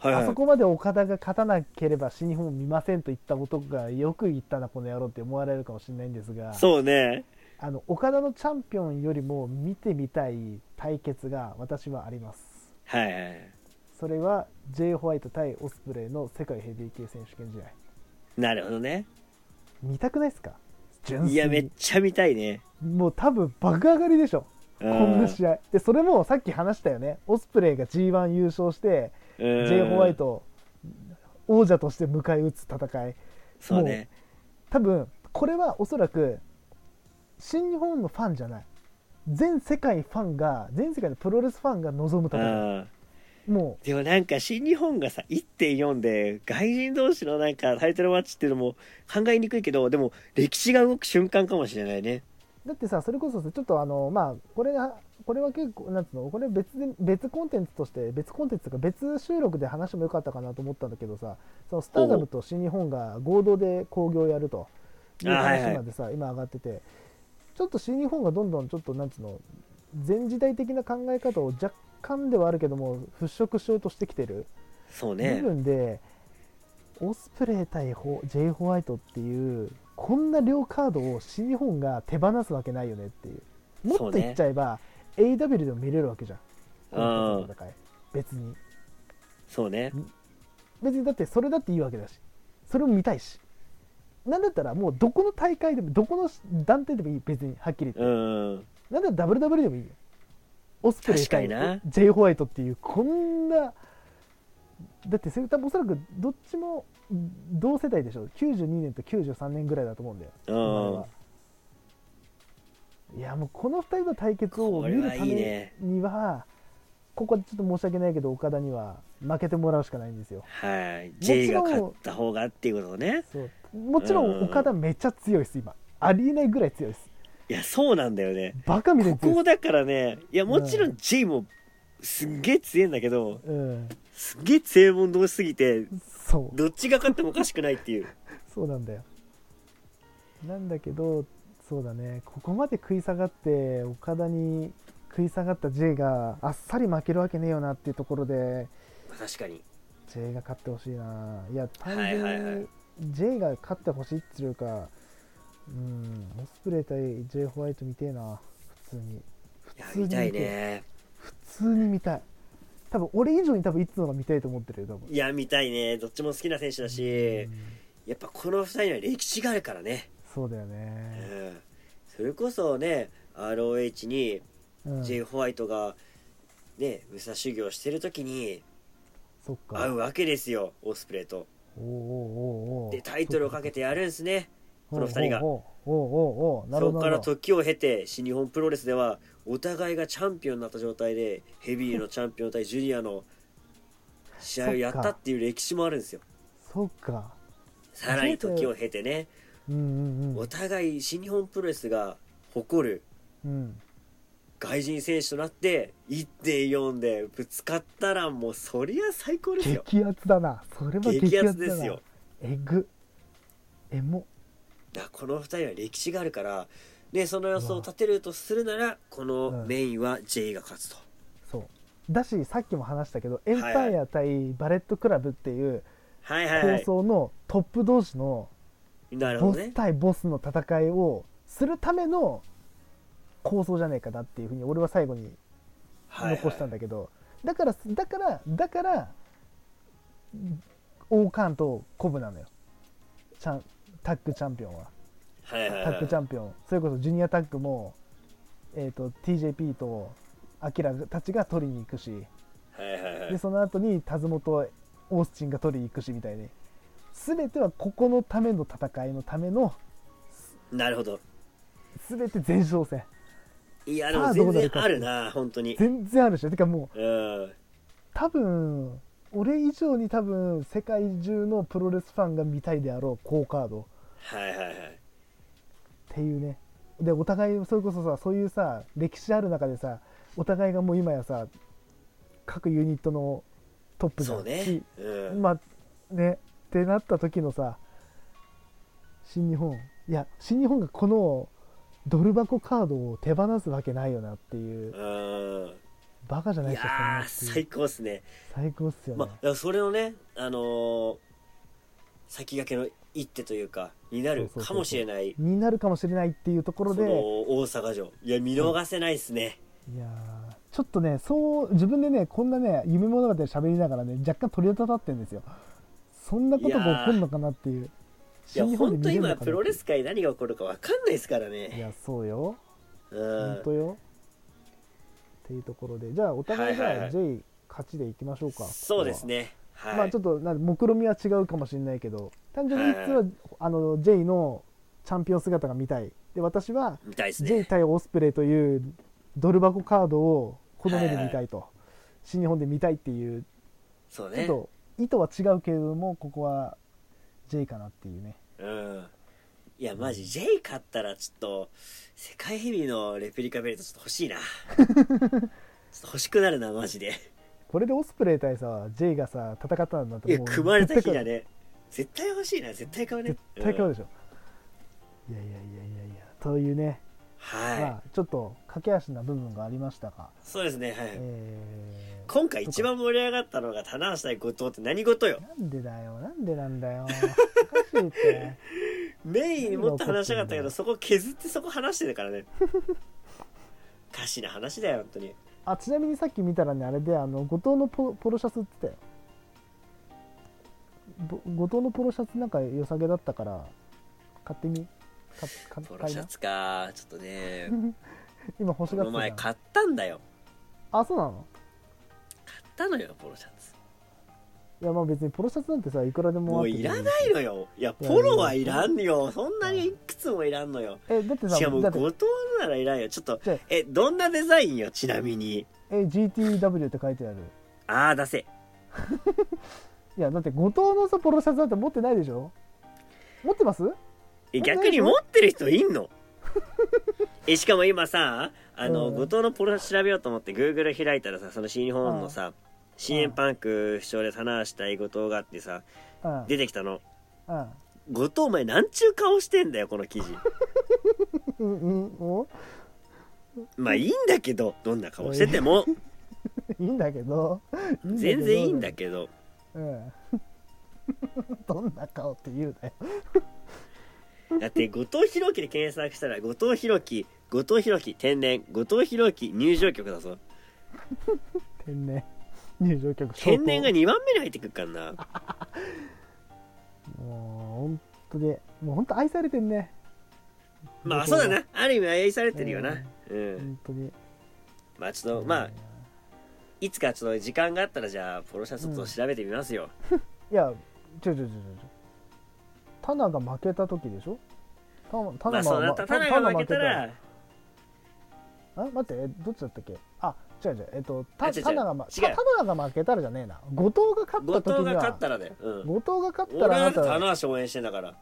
[SPEAKER 2] はい、はい。
[SPEAKER 1] あそこまで岡田が勝たなければ新日本を見ませんと言った男が、よく言ったな、この野郎って思われるかもしれないんですが、
[SPEAKER 2] そうね。
[SPEAKER 1] あの岡田のチャンピオンよりも見てみたい対決が私はあります。
[SPEAKER 2] はいはい。
[SPEAKER 1] それは J ホワイト対オスプレイの世界ヘビー級選手権試合。
[SPEAKER 2] なるほどね。
[SPEAKER 1] 見たくないですか純粋
[SPEAKER 2] いやめっちゃ見たいね
[SPEAKER 1] もう多分爆上がりでしょ
[SPEAKER 2] こ
[SPEAKER 1] こんな試合でそれもさっき話したよねオスプレイが g 1優勝して、J ホワイトを王者として迎え撃つ戦い
[SPEAKER 2] そうね
[SPEAKER 1] 多分これはおそらく新日本のファンじゃない全世界ファンが全世界のプロレスファンが望む
[SPEAKER 2] う
[SPEAKER 1] 戦
[SPEAKER 2] ん
[SPEAKER 1] いも
[SPEAKER 2] でもなんか新日本がさ1.4で外人同士のなんかタイトルマッチっていうのも考えにくいけどでも歴史が動く瞬間かもしれないね
[SPEAKER 1] うだってさそれこそさちょっとあのまあこれがこれは結構なんつうのこれ別で別コンテンツとして別コンテンツとか別収録で話してもよかったかなと思ったんだけどさそのスターダムと新日本が合同で興行やるという
[SPEAKER 2] あはいはい
[SPEAKER 1] 話までさ今上がっててちょっと新日本がどんどんちょっとなんつうの全時代的な考え方を若干ではあるけども払拭しようとしてきてる
[SPEAKER 2] そう
[SPEAKER 1] 部
[SPEAKER 2] ね
[SPEAKER 1] 分でオスプレイ対ホ J ホワイトっていうこんな両カードを新日本が手放すわけないよねっていうもっ
[SPEAKER 2] そう
[SPEAKER 1] と
[SPEAKER 2] ね
[SPEAKER 1] 言っちゃえば、AW でも見れるわけじゃんこの二つの戦い別に
[SPEAKER 2] そうね
[SPEAKER 1] 別にだってそれだっていいわけだしそれも見たいしなんだったらもうどこの大会でもどこの団体でもいい別にはっきり言って
[SPEAKER 2] うん
[SPEAKER 1] なんだったら WW でもいいよオスプレイ対
[SPEAKER 2] 確かにな
[SPEAKER 1] J ホワイトっていうこんなだってそれ多分おそらくどっちも同世代でしょ92年と93年ぐらいだと思うんだよ
[SPEAKER 2] う
[SPEAKER 1] 生まれ
[SPEAKER 2] ん
[SPEAKER 1] はいやもうこの2人の対決を
[SPEAKER 2] こ
[SPEAKER 1] 見
[SPEAKER 2] れ
[SPEAKER 1] る
[SPEAKER 2] は
[SPEAKER 1] た
[SPEAKER 2] いい
[SPEAKER 1] め
[SPEAKER 2] ね
[SPEAKER 1] にはここはちょっと申し訳ないけど岡田には負けてもらうしかないんですよ
[SPEAKER 2] はい
[SPEAKER 1] ちろん
[SPEAKER 2] J が勝った方がっていうことね
[SPEAKER 1] そうもちろ
[SPEAKER 2] うん
[SPEAKER 1] ん岡田めっちゃ強いです今ありえないぐらい強いです
[SPEAKER 2] いやそうなんだよね
[SPEAKER 1] バカみたい
[SPEAKER 2] こ
[SPEAKER 1] に強い
[SPEAKER 2] こ
[SPEAKER 1] で
[SPEAKER 2] だからねいやもちろん J もすんげえ強いんだけど
[SPEAKER 1] すうん
[SPEAKER 2] すんげえ強いもん同士すぎて
[SPEAKER 1] そう
[SPEAKER 2] どっちが勝ってもおかしくないっていう
[SPEAKER 1] そうなんだよなんだけどそうだねここまで食い下がって岡田に食い下がった J があっさり負けるわけねえよなっていうところで
[SPEAKER 2] [LAUGHS] 確かに
[SPEAKER 1] J が勝ってほしいないや単
[SPEAKER 2] はいはいは
[SPEAKER 1] 純
[SPEAKER 2] い
[SPEAKER 1] に J が勝ってほしいっていうかうんオスプレイ対 J ホワイト見てえな普通に
[SPEAKER 2] いや
[SPEAKER 1] 普通に見
[SPEAKER 2] 見た
[SPEAKER 1] て
[SPEAKER 2] いね
[SPEAKER 1] 普通に見たい多分俺以上に多分いつのが見たいと思ってるよ多分
[SPEAKER 2] いや見たいねどっちも好きな選手だし
[SPEAKER 1] うん
[SPEAKER 2] やっぱこの2人には歴史があるからね、
[SPEAKER 1] そうだよ
[SPEAKER 2] う
[SPEAKER 1] ね、
[SPEAKER 2] ん、それこそね ROH に
[SPEAKER 1] うん、
[SPEAKER 2] J. ホワイトがね武蔵修行してる時に
[SPEAKER 1] そっか
[SPEAKER 2] 会うわけですよオスプレイと
[SPEAKER 1] おうおうおうおう
[SPEAKER 2] でタイトルをかけてやるんですねこの二人が
[SPEAKER 1] おうおうおうおうお [LAUGHS] うなる
[SPEAKER 2] そ
[SPEAKER 1] ほ
[SPEAKER 2] こ
[SPEAKER 1] ど
[SPEAKER 2] から
[SPEAKER 1] なるほど
[SPEAKER 2] 時を経て新日本プロレスではお互いがチャンピオンになった状態でヘビーのチャンピオン対ジュニアの試合をやったっていう歴史もあるんですよ
[SPEAKER 1] そっか
[SPEAKER 2] さらに時を経てね
[SPEAKER 1] うんうんう
[SPEAKER 2] お
[SPEAKER 1] ん
[SPEAKER 2] 互い新日本プロレスが誇る
[SPEAKER 1] うん
[SPEAKER 2] 外人選手となって1.4でぶつかったらもうそりゃ最高ですよ
[SPEAKER 1] 激アツだなそれは激アツ
[SPEAKER 2] 激
[SPEAKER 1] だな
[SPEAKER 2] アツですよ
[SPEAKER 1] えぐえも
[SPEAKER 2] だからこの2人は歴史があるからねその予想を立てるとするならこのメインは J が勝つと、
[SPEAKER 1] そうだしさっきも話したけどエンパイア対バレットクラブっていう
[SPEAKER 2] はいはいは
[SPEAKER 1] 構
[SPEAKER 2] い
[SPEAKER 1] 想のトップ同士の
[SPEAKER 2] なるほ
[SPEAKER 1] ボ
[SPEAKER 2] ど
[SPEAKER 1] ス
[SPEAKER 2] ね
[SPEAKER 1] 対ボスの戦いをするための構想じゃねえかなっていうふうに俺は最後に
[SPEAKER 2] はいはい
[SPEAKER 1] 残したんだけど、だからだからだから王冠とコブなのよちゃんタッグチャンピオンは
[SPEAKER 2] はい
[SPEAKER 1] タ
[SPEAKER 2] はいはい
[SPEAKER 1] ッグチャンピオンそれこそジュニアタッグも、えー、と TJP とアキラたちが取りに行くし
[SPEAKER 2] はいはいはい
[SPEAKER 1] でその後にタズモとオースチンが取りに行くしみたいに全てはここのための戦いのための
[SPEAKER 2] なるほど
[SPEAKER 1] 全て前哨戦
[SPEAKER 2] いやで
[SPEAKER 1] さ
[SPEAKER 2] も
[SPEAKER 1] あど
[SPEAKER 2] 全
[SPEAKER 1] こで
[SPEAKER 2] 然
[SPEAKER 1] 勝つ
[SPEAKER 2] あるな本当に
[SPEAKER 1] 全然あるしょてかもう
[SPEAKER 2] うん
[SPEAKER 1] 多分俺以上に多分世界中のプロレスファンが見たいであろう好カードっ
[SPEAKER 2] はいはいはい
[SPEAKER 1] ていうねでお互いそれこそさそういうさ歴史ある中でさお互いがもう今やさ各ユニットのトップじゃん
[SPEAKER 2] そうねうん
[SPEAKER 1] まあねってなった時のさ新日本いや新日本がこのドル箱カードを手放すわけないよなっていう
[SPEAKER 2] うん
[SPEAKER 1] バカじゃない
[SPEAKER 2] い
[SPEAKER 1] ですか
[SPEAKER 2] やー
[SPEAKER 1] そんなってい
[SPEAKER 2] 最
[SPEAKER 1] う
[SPEAKER 2] 高っすね
[SPEAKER 1] 最高っすよね、
[SPEAKER 2] まあだからそれのねあのー先駆けの一手というかになる
[SPEAKER 1] そうそうそう
[SPEAKER 2] かもしれない
[SPEAKER 1] になるかもしれないっていうところ
[SPEAKER 2] そ
[SPEAKER 1] で
[SPEAKER 2] の大阪城いや見逃せないっすね、
[SPEAKER 1] いやーちょっとねそう自分でねこんなね夢物語で喋りながらね若干鳥肌立ってるんですよそんなことが起こるのかなっていう
[SPEAKER 2] いや
[SPEAKER 1] 新日本で見
[SPEAKER 2] 本当
[SPEAKER 1] れるの
[SPEAKER 2] 今
[SPEAKER 1] かな
[SPEAKER 2] プロレス界何が起こるか分かんないですから
[SPEAKER 1] い
[SPEAKER 2] ね
[SPEAKER 1] やそうよ
[SPEAKER 2] う
[SPEAKER 1] 本
[SPEAKER 2] ん
[SPEAKER 1] 当よっていうところでじゃあお互いじ
[SPEAKER 2] はいはい
[SPEAKER 1] ゃ
[SPEAKER 2] は
[SPEAKER 1] あ
[SPEAKER 2] い
[SPEAKER 1] J 勝ちでいきましょうか
[SPEAKER 2] そうです
[SPEAKER 1] ね
[SPEAKER 2] ねはい、
[SPEAKER 1] まあちょっとなんか目論見は違うかもしれないけど単純に実
[SPEAKER 2] は
[SPEAKER 1] はあの J のチャンピオン姿が見たいで私は
[SPEAKER 2] 見たいです
[SPEAKER 1] J
[SPEAKER 2] ね
[SPEAKER 1] 対オスプレイというドル箱カードをこの目で見たいと新日本で見たいっていう
[SPEAKER 2] そう
[SPEAKER 1] ちょっ
[SPEAKER 2] ね
[SPEAKER 1] と意図は違うけれどもここは J かなっていうね
[SPEAKER 2] うんいやマジ J 勝ったらちょっと世界ヘビーのレプリカベルトちょっと欲
[SPEAKER 1] [LAUGHS]
[SPEAKER 2] しいなちょっと欲しくなるなマジで
[SPEAKER 1] これでオスプレイ対さ J がさ戦ったんだっ
[SPEAKER 2] い
[SPEAKER 1] て
[SPEAKER 2] や組まれた日だ
[SPEAKER 1] ね
[SPEAKER 2] ね絶対欲しいな絶対買うね
[SPEAKER 1] 絶対買う
[SPEAKER 2] うん
[SPEAKER 1] でしょ、いやいやいやいやいやというね、
[SPEAKER 2] はい、
[SPEAKER 1] まあちょっと駆け足な部分がありましたが、
[SPEAKER 2] そうですねはい、
[SPEAKER 1] えー
[SPEAKER 2] 今回一番盛り上がったのが棚橋対後藤って何事よ
[SPEAKER 1] なんでだよなんでなんだよおかしいって
[SPEAKER 2] メインもっと話したかったけ
[SPEAKER 1] 何が
[SPEAKER 2] ど
[SPEAKER 1] 起
[SPEAKER 2] そこ削ってそこ話してたから [LAUGHS] ねおかしな話だよ本当に
[SPEAKER 1] あちなみにさっき見たらねあれであの後藤のポポロシャツ売ってたよぼ後藤のポロシャツなんか良さげだったから買ってみかか
[SPEAKER 2] ポロ
[SPEAKER 1] 買い
[SPEAKER 2] シャ
[SPEAKER 1] な
[SPEAKER 2] ツかちょっとね
[SPEAKER 1] 今欲し
[SPEAKER 2] こ
[SPEAKER 1] がって
[SPEAKER 2] の
[SPEAKER 1] た
[SPEAKER 2] 前
[SPEAKER 1] じゃん
[SPEAKER 2] 買ったんだよ
[SPEAKER 1] あそうなの
[SPEAKER 2] 買ったのよポロシャツ
[SPEAKER 1] いやまあ別にポロシャツなんてさいくらでも
[SPEAKER 2] も
[SPEAKER 1] あっ
[SPEAKER 2] う
[SPEAKER 1] て
[SPEAKER 2] い
[SPEAKER 1] も
[SPEAKER 2] ら
[SPEAKER 1] いい
[SPEAKER 2] ないのよいやポロはいらんよそんなにいくつもいらんのよ
[SPEAKER 1] えだってさ
[SPEAKER 2] しかも
[SPEAKER 1] だって
[SPEAKER 2] 後藤のならいらんよちょっと
[SPEAKER 1] じゃあ
[SPEAKER 2] えどんなデザインよちなみに
[SPEAKER 1] え GTW って書いてある
[SPEAKER 2] ああ出せ
[SPEAKER 1] いやだって後藤のさポロシャツなんて持ってないでしょ持ってます
[SPEAKER 2] え
[SPEAKER 1] え
[SPEAKER 2] 逆に持ってる人い
[SPEAKER 1] [LAUGHS]
[SPEAKER 2] んのえしかも今さあの、
[SPEAKER 1] うん
[SPEAKER 2] 後藤のポロ調べようと思って Google 開いたらさその新日本のさ、CM パンク主張で棚橋対後藤があってさ
[SPEAKER 1] うん
[SPEAKER 2] 出てきたの
[SPEAKER 1] うん
[SPEAKER 2] 後藤お前なんちゅう顔してんだよこの
[SPEAKER 1] [LAUGHS]
[SPEAKER 2] 記事
[SPEAKER 1] うんうんお
[SPEAKER 2] まあいいんだけどどんな顔してても
[SPEAKER 1] [LAUGHS] いいんだけどいいんだけど
[SPEAKER 2] 全然いいんだけど
[SPEAKER 1] うん
[SPEAKER 2] [LAUGHS]
[SPEAKER 1] どんな顔って言うなよ
[SPEAKER 2] だって後藤弘樹で検索したら後藤弘樹後藤弘樹天然後藤弘樹入場曲だぞ
[SPEAKER 1] 天然入場曲
[SPEAKER 2] 天然が
[SPEAKER 1] 消
[SPEAKER 2] 2番目に入ってくるからな
[SPEAKER 1] 灯もう本当でもう本当愛されてんね
[SPEAKER 2] まあそうだ
[SPEAKER 1] ね
[SPEAKER 2] なある意味愛されてるよなうん
[SPEAKER 1] 本当に
[SPEAKER 2] まあちょっとまあいつかちょっと時間があったらじゃあポロシャツを調べてみますよ、
[SPEAKER 1] いやちょちょちょちょちょタナが負けた時でしょタタ
[SPEAKER 2] まあ
[SPEAKER 1] ナ
[SPEAKER 2] そうな
[SPEAKER 1] が
[SPEAKER 2] ったタナが負けたら
[SPEAKER 1] あ待ってえどっちだったっけあ違う違うえっと
[SPEAKER 2] あ違
[SPEAKER 1] た
[SPEAKER 2] う違う
[SPEAKER 1] タナがま
[SPEAKER 2] 違う
[SPEAKER 1] タタナが負けたらじゃねえな後藤が勝った
[SPEAKER 2] 後
[SPEAKER 1] 時
[SPEAKER 2] 藤
[SPEAKER 1] に
[SPEAKER 2] が勝
[SPEAKER 1] は
[SPEAKER 2] ったらだよ、うん、
[SPEAKER 1] 後藤が勝った
[SPEAKER 2] 俺
[SPEAKER 1] らあ
[SPEAKER 2] は
[SPEAKER 1] なた
[SPEAKER 2] 棚橋応援してんだからあ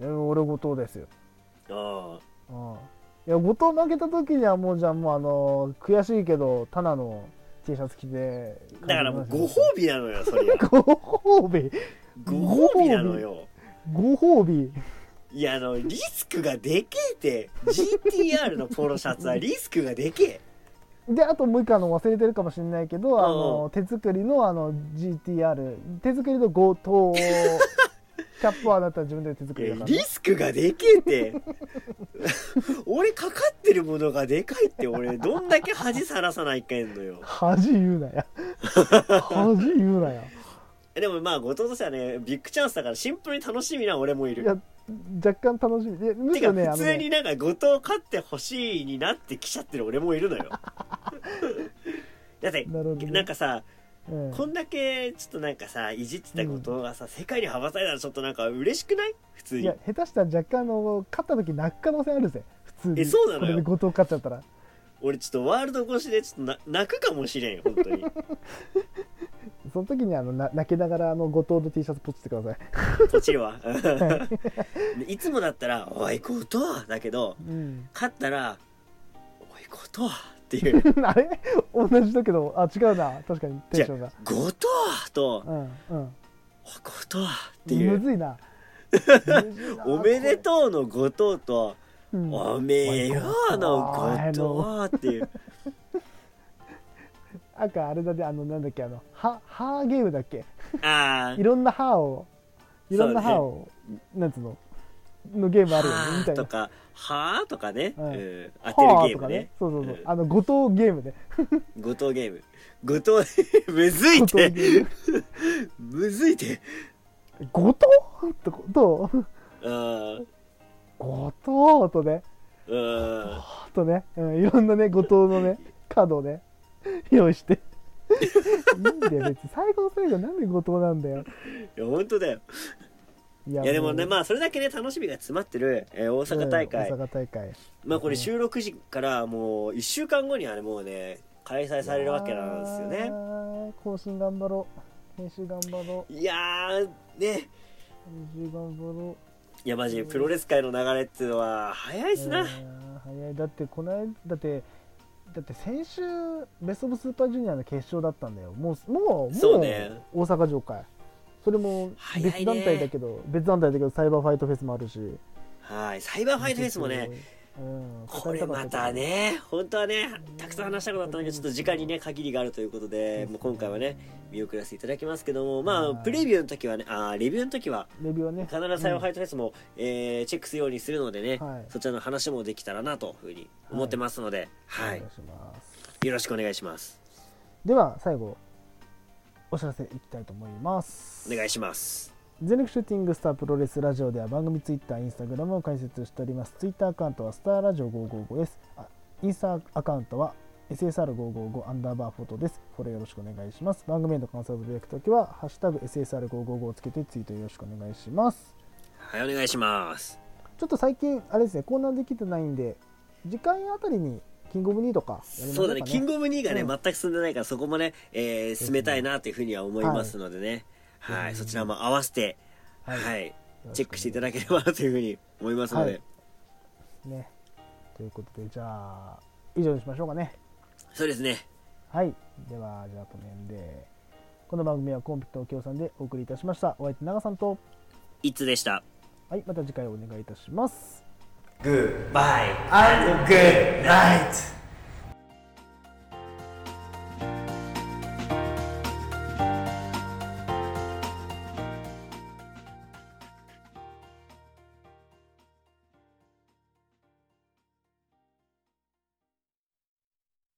[SPEAKER 1] え俺後藤ですよ、
[SPEAKER 2] あ
[SPEAKER 1] うん、いや後藤負けた時にはもうじゃあもうあの悔しいけどタナの T シャツ着て
[SPEAKER 2] だからもうご褒美なのよそ [LAUGHS] れは
[SPEAKER 1] ご褒美
[SPEAKER 2] ご褒美なのよ
[SPEAKER 1] ご褒美
[SPEAKER 2] いやあのリスクがでけえって GTR のポロシャツはリスクがでけえ
[SPEAKER 1] であともう一個あの忘れてるかもしれないけどあ
[SPEAKER 2] うんう
[SPEAKER 1] の手作りのあの GTR 手作りの後藤キャップはだったら自分で手作
[SPEAKER 2] い
[SPEAKER 1] り
[SPEAKER 2] や
[SPEAKER 1] だからね、
[SPEAKER 2] リスクがでけえって [LAUGHS] 俺かかってるものがでかいって俺どんだけ恥さらさないかんのよ
[SPEAKER 1] 恥言うな
[SPEAKER 2] [LAUGHS]
[SPEAKER 1] や恥言うなや
[SPEAKER 2] でもまあ後藤としてはねビッグチャンスだからシンプルに楽しみな俺もいる
[SPEAKER 1] いや若干楽しみいやむ
[SPEAKER 2] て
[SPEAKER 1] し
[SPEAKER 2] か
[SPEAKER 1] ろねあの
[SPEAKER 2] 普通
[SPEAKER 1] ね
[SPEAKER 2] になんか後藤勝ってほしいになってきちゃってる俺もいるの
[SPEAKER 1] [LAUGHS]
[SPEAKER 2] よだって
[SPEAKER 1] なるほどね
[SPEAKER 2] なんかさ
[SPEAKER 1] うん
[SPEAKER 2] こんだけちょっとなんかさいじってた後藤がさ、世界に羽ばたいたらちょっとなんか嬉しくない普通
[SPEAKER 1] い
[SPEAKER 2] に
[SPEAKER 1] や下手したら若干あの勝った時泣く可能性あるぜ普通に
[SPEAKER 2] えそうなのよ
[SPEAKER 1] これで後藤勝っちゃったら
[SPEAKER 2] 俺ちょっとワールド越しでちょっとな泣くかもしれんよ本
[SPEAKER 1] [LAUGHS]
[SPEAKER 2] 当に
[SPEAKER 1] その時にあのな泣きながらあの後藤の T シャツポチってください、
[SPEAKER 2] ポチ
[SPEAKER 1] [LAUGHS]
[SPEAKER 2] るわいつもだったら「おい後藤」だけど
[SPEAKER 1] うん、
[SPEAKER 2] 勝ったら「おい後藤」っていう
[SPEAKER 1] [LAUGHS] あれ同じだけどあ違うな確かにテンションが
[SPEAKER 2] 「後藤」と
[SPEAKER 1] うんうん
[SPEAKER 2] 「おい後藤」っていう
[SPEAKER 1] むずい
[SPEAKER 2] [LAUGHS]
[SPEAKER 1] な
[SPEAKER 2] おめで
[SPEAKER 1] う、
[SPEAKER 2] とうの後藤と、
[SPEAKER 1] うん
[SPEAKER 2] おめえようの後藤っていう。
[SPEAKER 1] なんかあれだねあのなんだっけあのは歯ゲームだっけ
[SPEAKER 2] ああ
[SPEAKER 1] い、ろんな歯をいろんな
[SPEAKER 2] そうね
[SPEAKER 1] 歯を、なんつうののゲームあるよねみ
[SPEAKER 2] は
[SPEAKER 1] たいな
[SPEAKER 2] あとか、はあとかね、
[SPEAKER 1] うん
[SPEAKER 2] うん当てる
[SPEAKER 1] はあ
[SPEAKER 2] ゲー
[SPEAKER 1] と
[SPEAKER 2] ム
[SPEAKER 1] か
[SPEAKER 2] ね
[SPEAKER 1] ね。そうそうそう、
[SPEAKER 2] うん
[SPEAKER 1] あの後藤ゲーム
[SPEAKER 2] [LAUGHS]
[SPEAKER 1] ね
[SPEAKER 2] 後藤ゲーム。後藤、 [LAUGHS] むずいっ
[SPEAKER 1] 後藤
[SPEAKER 2] て、
[SPEAKER 1] ゲーム
[SPEAKER 2] むずいって。
[SPEAKER 1] 後藤とどう
[SPEAKER 2] うん
[SPEAKER 1] 後藤とね
[SPEAKER 2] うん
[SPEAKER 1] あとね、うん、いろんなね後藤の
[SPEAKER 2] [LAUGHS]
[SPEAKER 1] ねカードをね用意していいんだよ別に最後の最後なんで後藤なんだよ
[SPEAKER 2] いや本当だよ
[SPEAKER 1] い
[SPEAKER 2] いやでもね
[SPEAKER 1] あ
[SPEAKER 2] まあそれだけね楽しみが詰まってる、えー大阪大会、
[SPEAKER 1] 大阪大会
[SPEAKER 2] まあこれ収録時からもう1週間後にはねもうね開催されるわけなんですよ
[SPEAKER 1] いや
[SPEAKER 2] ね
[SPEAKER 1] ー更新頑張ろう編集頑張ろう
[SPEAKER 2] いやーね
[SPEAKER 1] 編集頑張ろう
[SPEAKER 2] いやマジプロレス界の流れっていうのは早いっすな、
[SPEAKER 1] いやー早いだってこの間だってだって先週ベスト・オブ・スーパージュニアの決勝だったんだよもうもう
[SPEAKER 2] そうね
[SPEAKER 1] もう大阪城会それも
[SPEAKER 2] 早いね
[SPEAKER 1] 別団体だけど、別団体だけどサイバーファイトフェスもあるし
[SPEAKER 2] はいサイバーファイトフェスもね、
[SPEAKER 1] うん、
[SPEAKER 2] これまたね本当はねたくさん話したことあったんだけどちょっと時間にね限りがあるということでもう今回はね見送らせていただきますけどもまあ
[SPEAKER 1] はい
[SPEAKER 2] プレビューの時はねあーレビューの時は
[SPEAKER 1] レビューはね
[SPEAKER 2] 必ずサイバーファイトフェスも、えーチェックするようにするのでね、
[SPEAKER 1] はい
[SPEAKER 2] そちらの話もできたらなというふうに思ってますので、
[SPEAKER 1] うん
[SPEAKER 2] は
[SPEAKER 1] お
[SPEAKER 2] い
[SPEAKER 1] 願いします
[SPEAKER 2] よろしくお願いします
[SPEAKER 1] では最後お知らせいきたいと思います
[SPEAKER 2] お願いします
[SPEAKER 1] 全力シューティングスタープロレスラジオでは番組ツイッター、インスタグラムを開設しております。ツイッターアカウントはスターラジオ555です。あインスタアカウントは SSR555 アンダーバーフォトです。フォローよろしくお願いします。番組への感想をつぶやくときは、ハッシュタグ SSR555 をつけてツイートよろしくお願いします。
[SPEAKER 2] はいお願いします
[SPEAKER 1] ちょっと最近、あれですね、コーナーできてないんで、次回あたりにキングオブニーとかやりましょ
[SPEAKER 2] そうう
[SPEAKER 1] か
[SPEAKER 2] だねキングオブ2がね、
[SPEAKER 1] うん
[SPEAKER 2] 全く進んでないからそこもね、えー進めたいなというふうには思いますのでねはい、
[SPEAKER 1] うん
[SPEAKER 2] そちらも合わせては、
[SPEAKER 1] はいい
[SPEAKER 2] チェックしていただければなというふうに思いますので、
[SPEAKER 1] はいね。ということで、じゃあ、以上にしましょうかね。
[SPEAKER 2] そうですね
[SPEAKER 1] はい、ではじゃあこの辺でこの番組はコンピ東京さんでお送りいたしましたお相手長さんと
[SPEAKER 2] いつでした
[SPEAKER 1] はいまた次回お願いいたします
[SPEAKER 2] グッバイグッナイト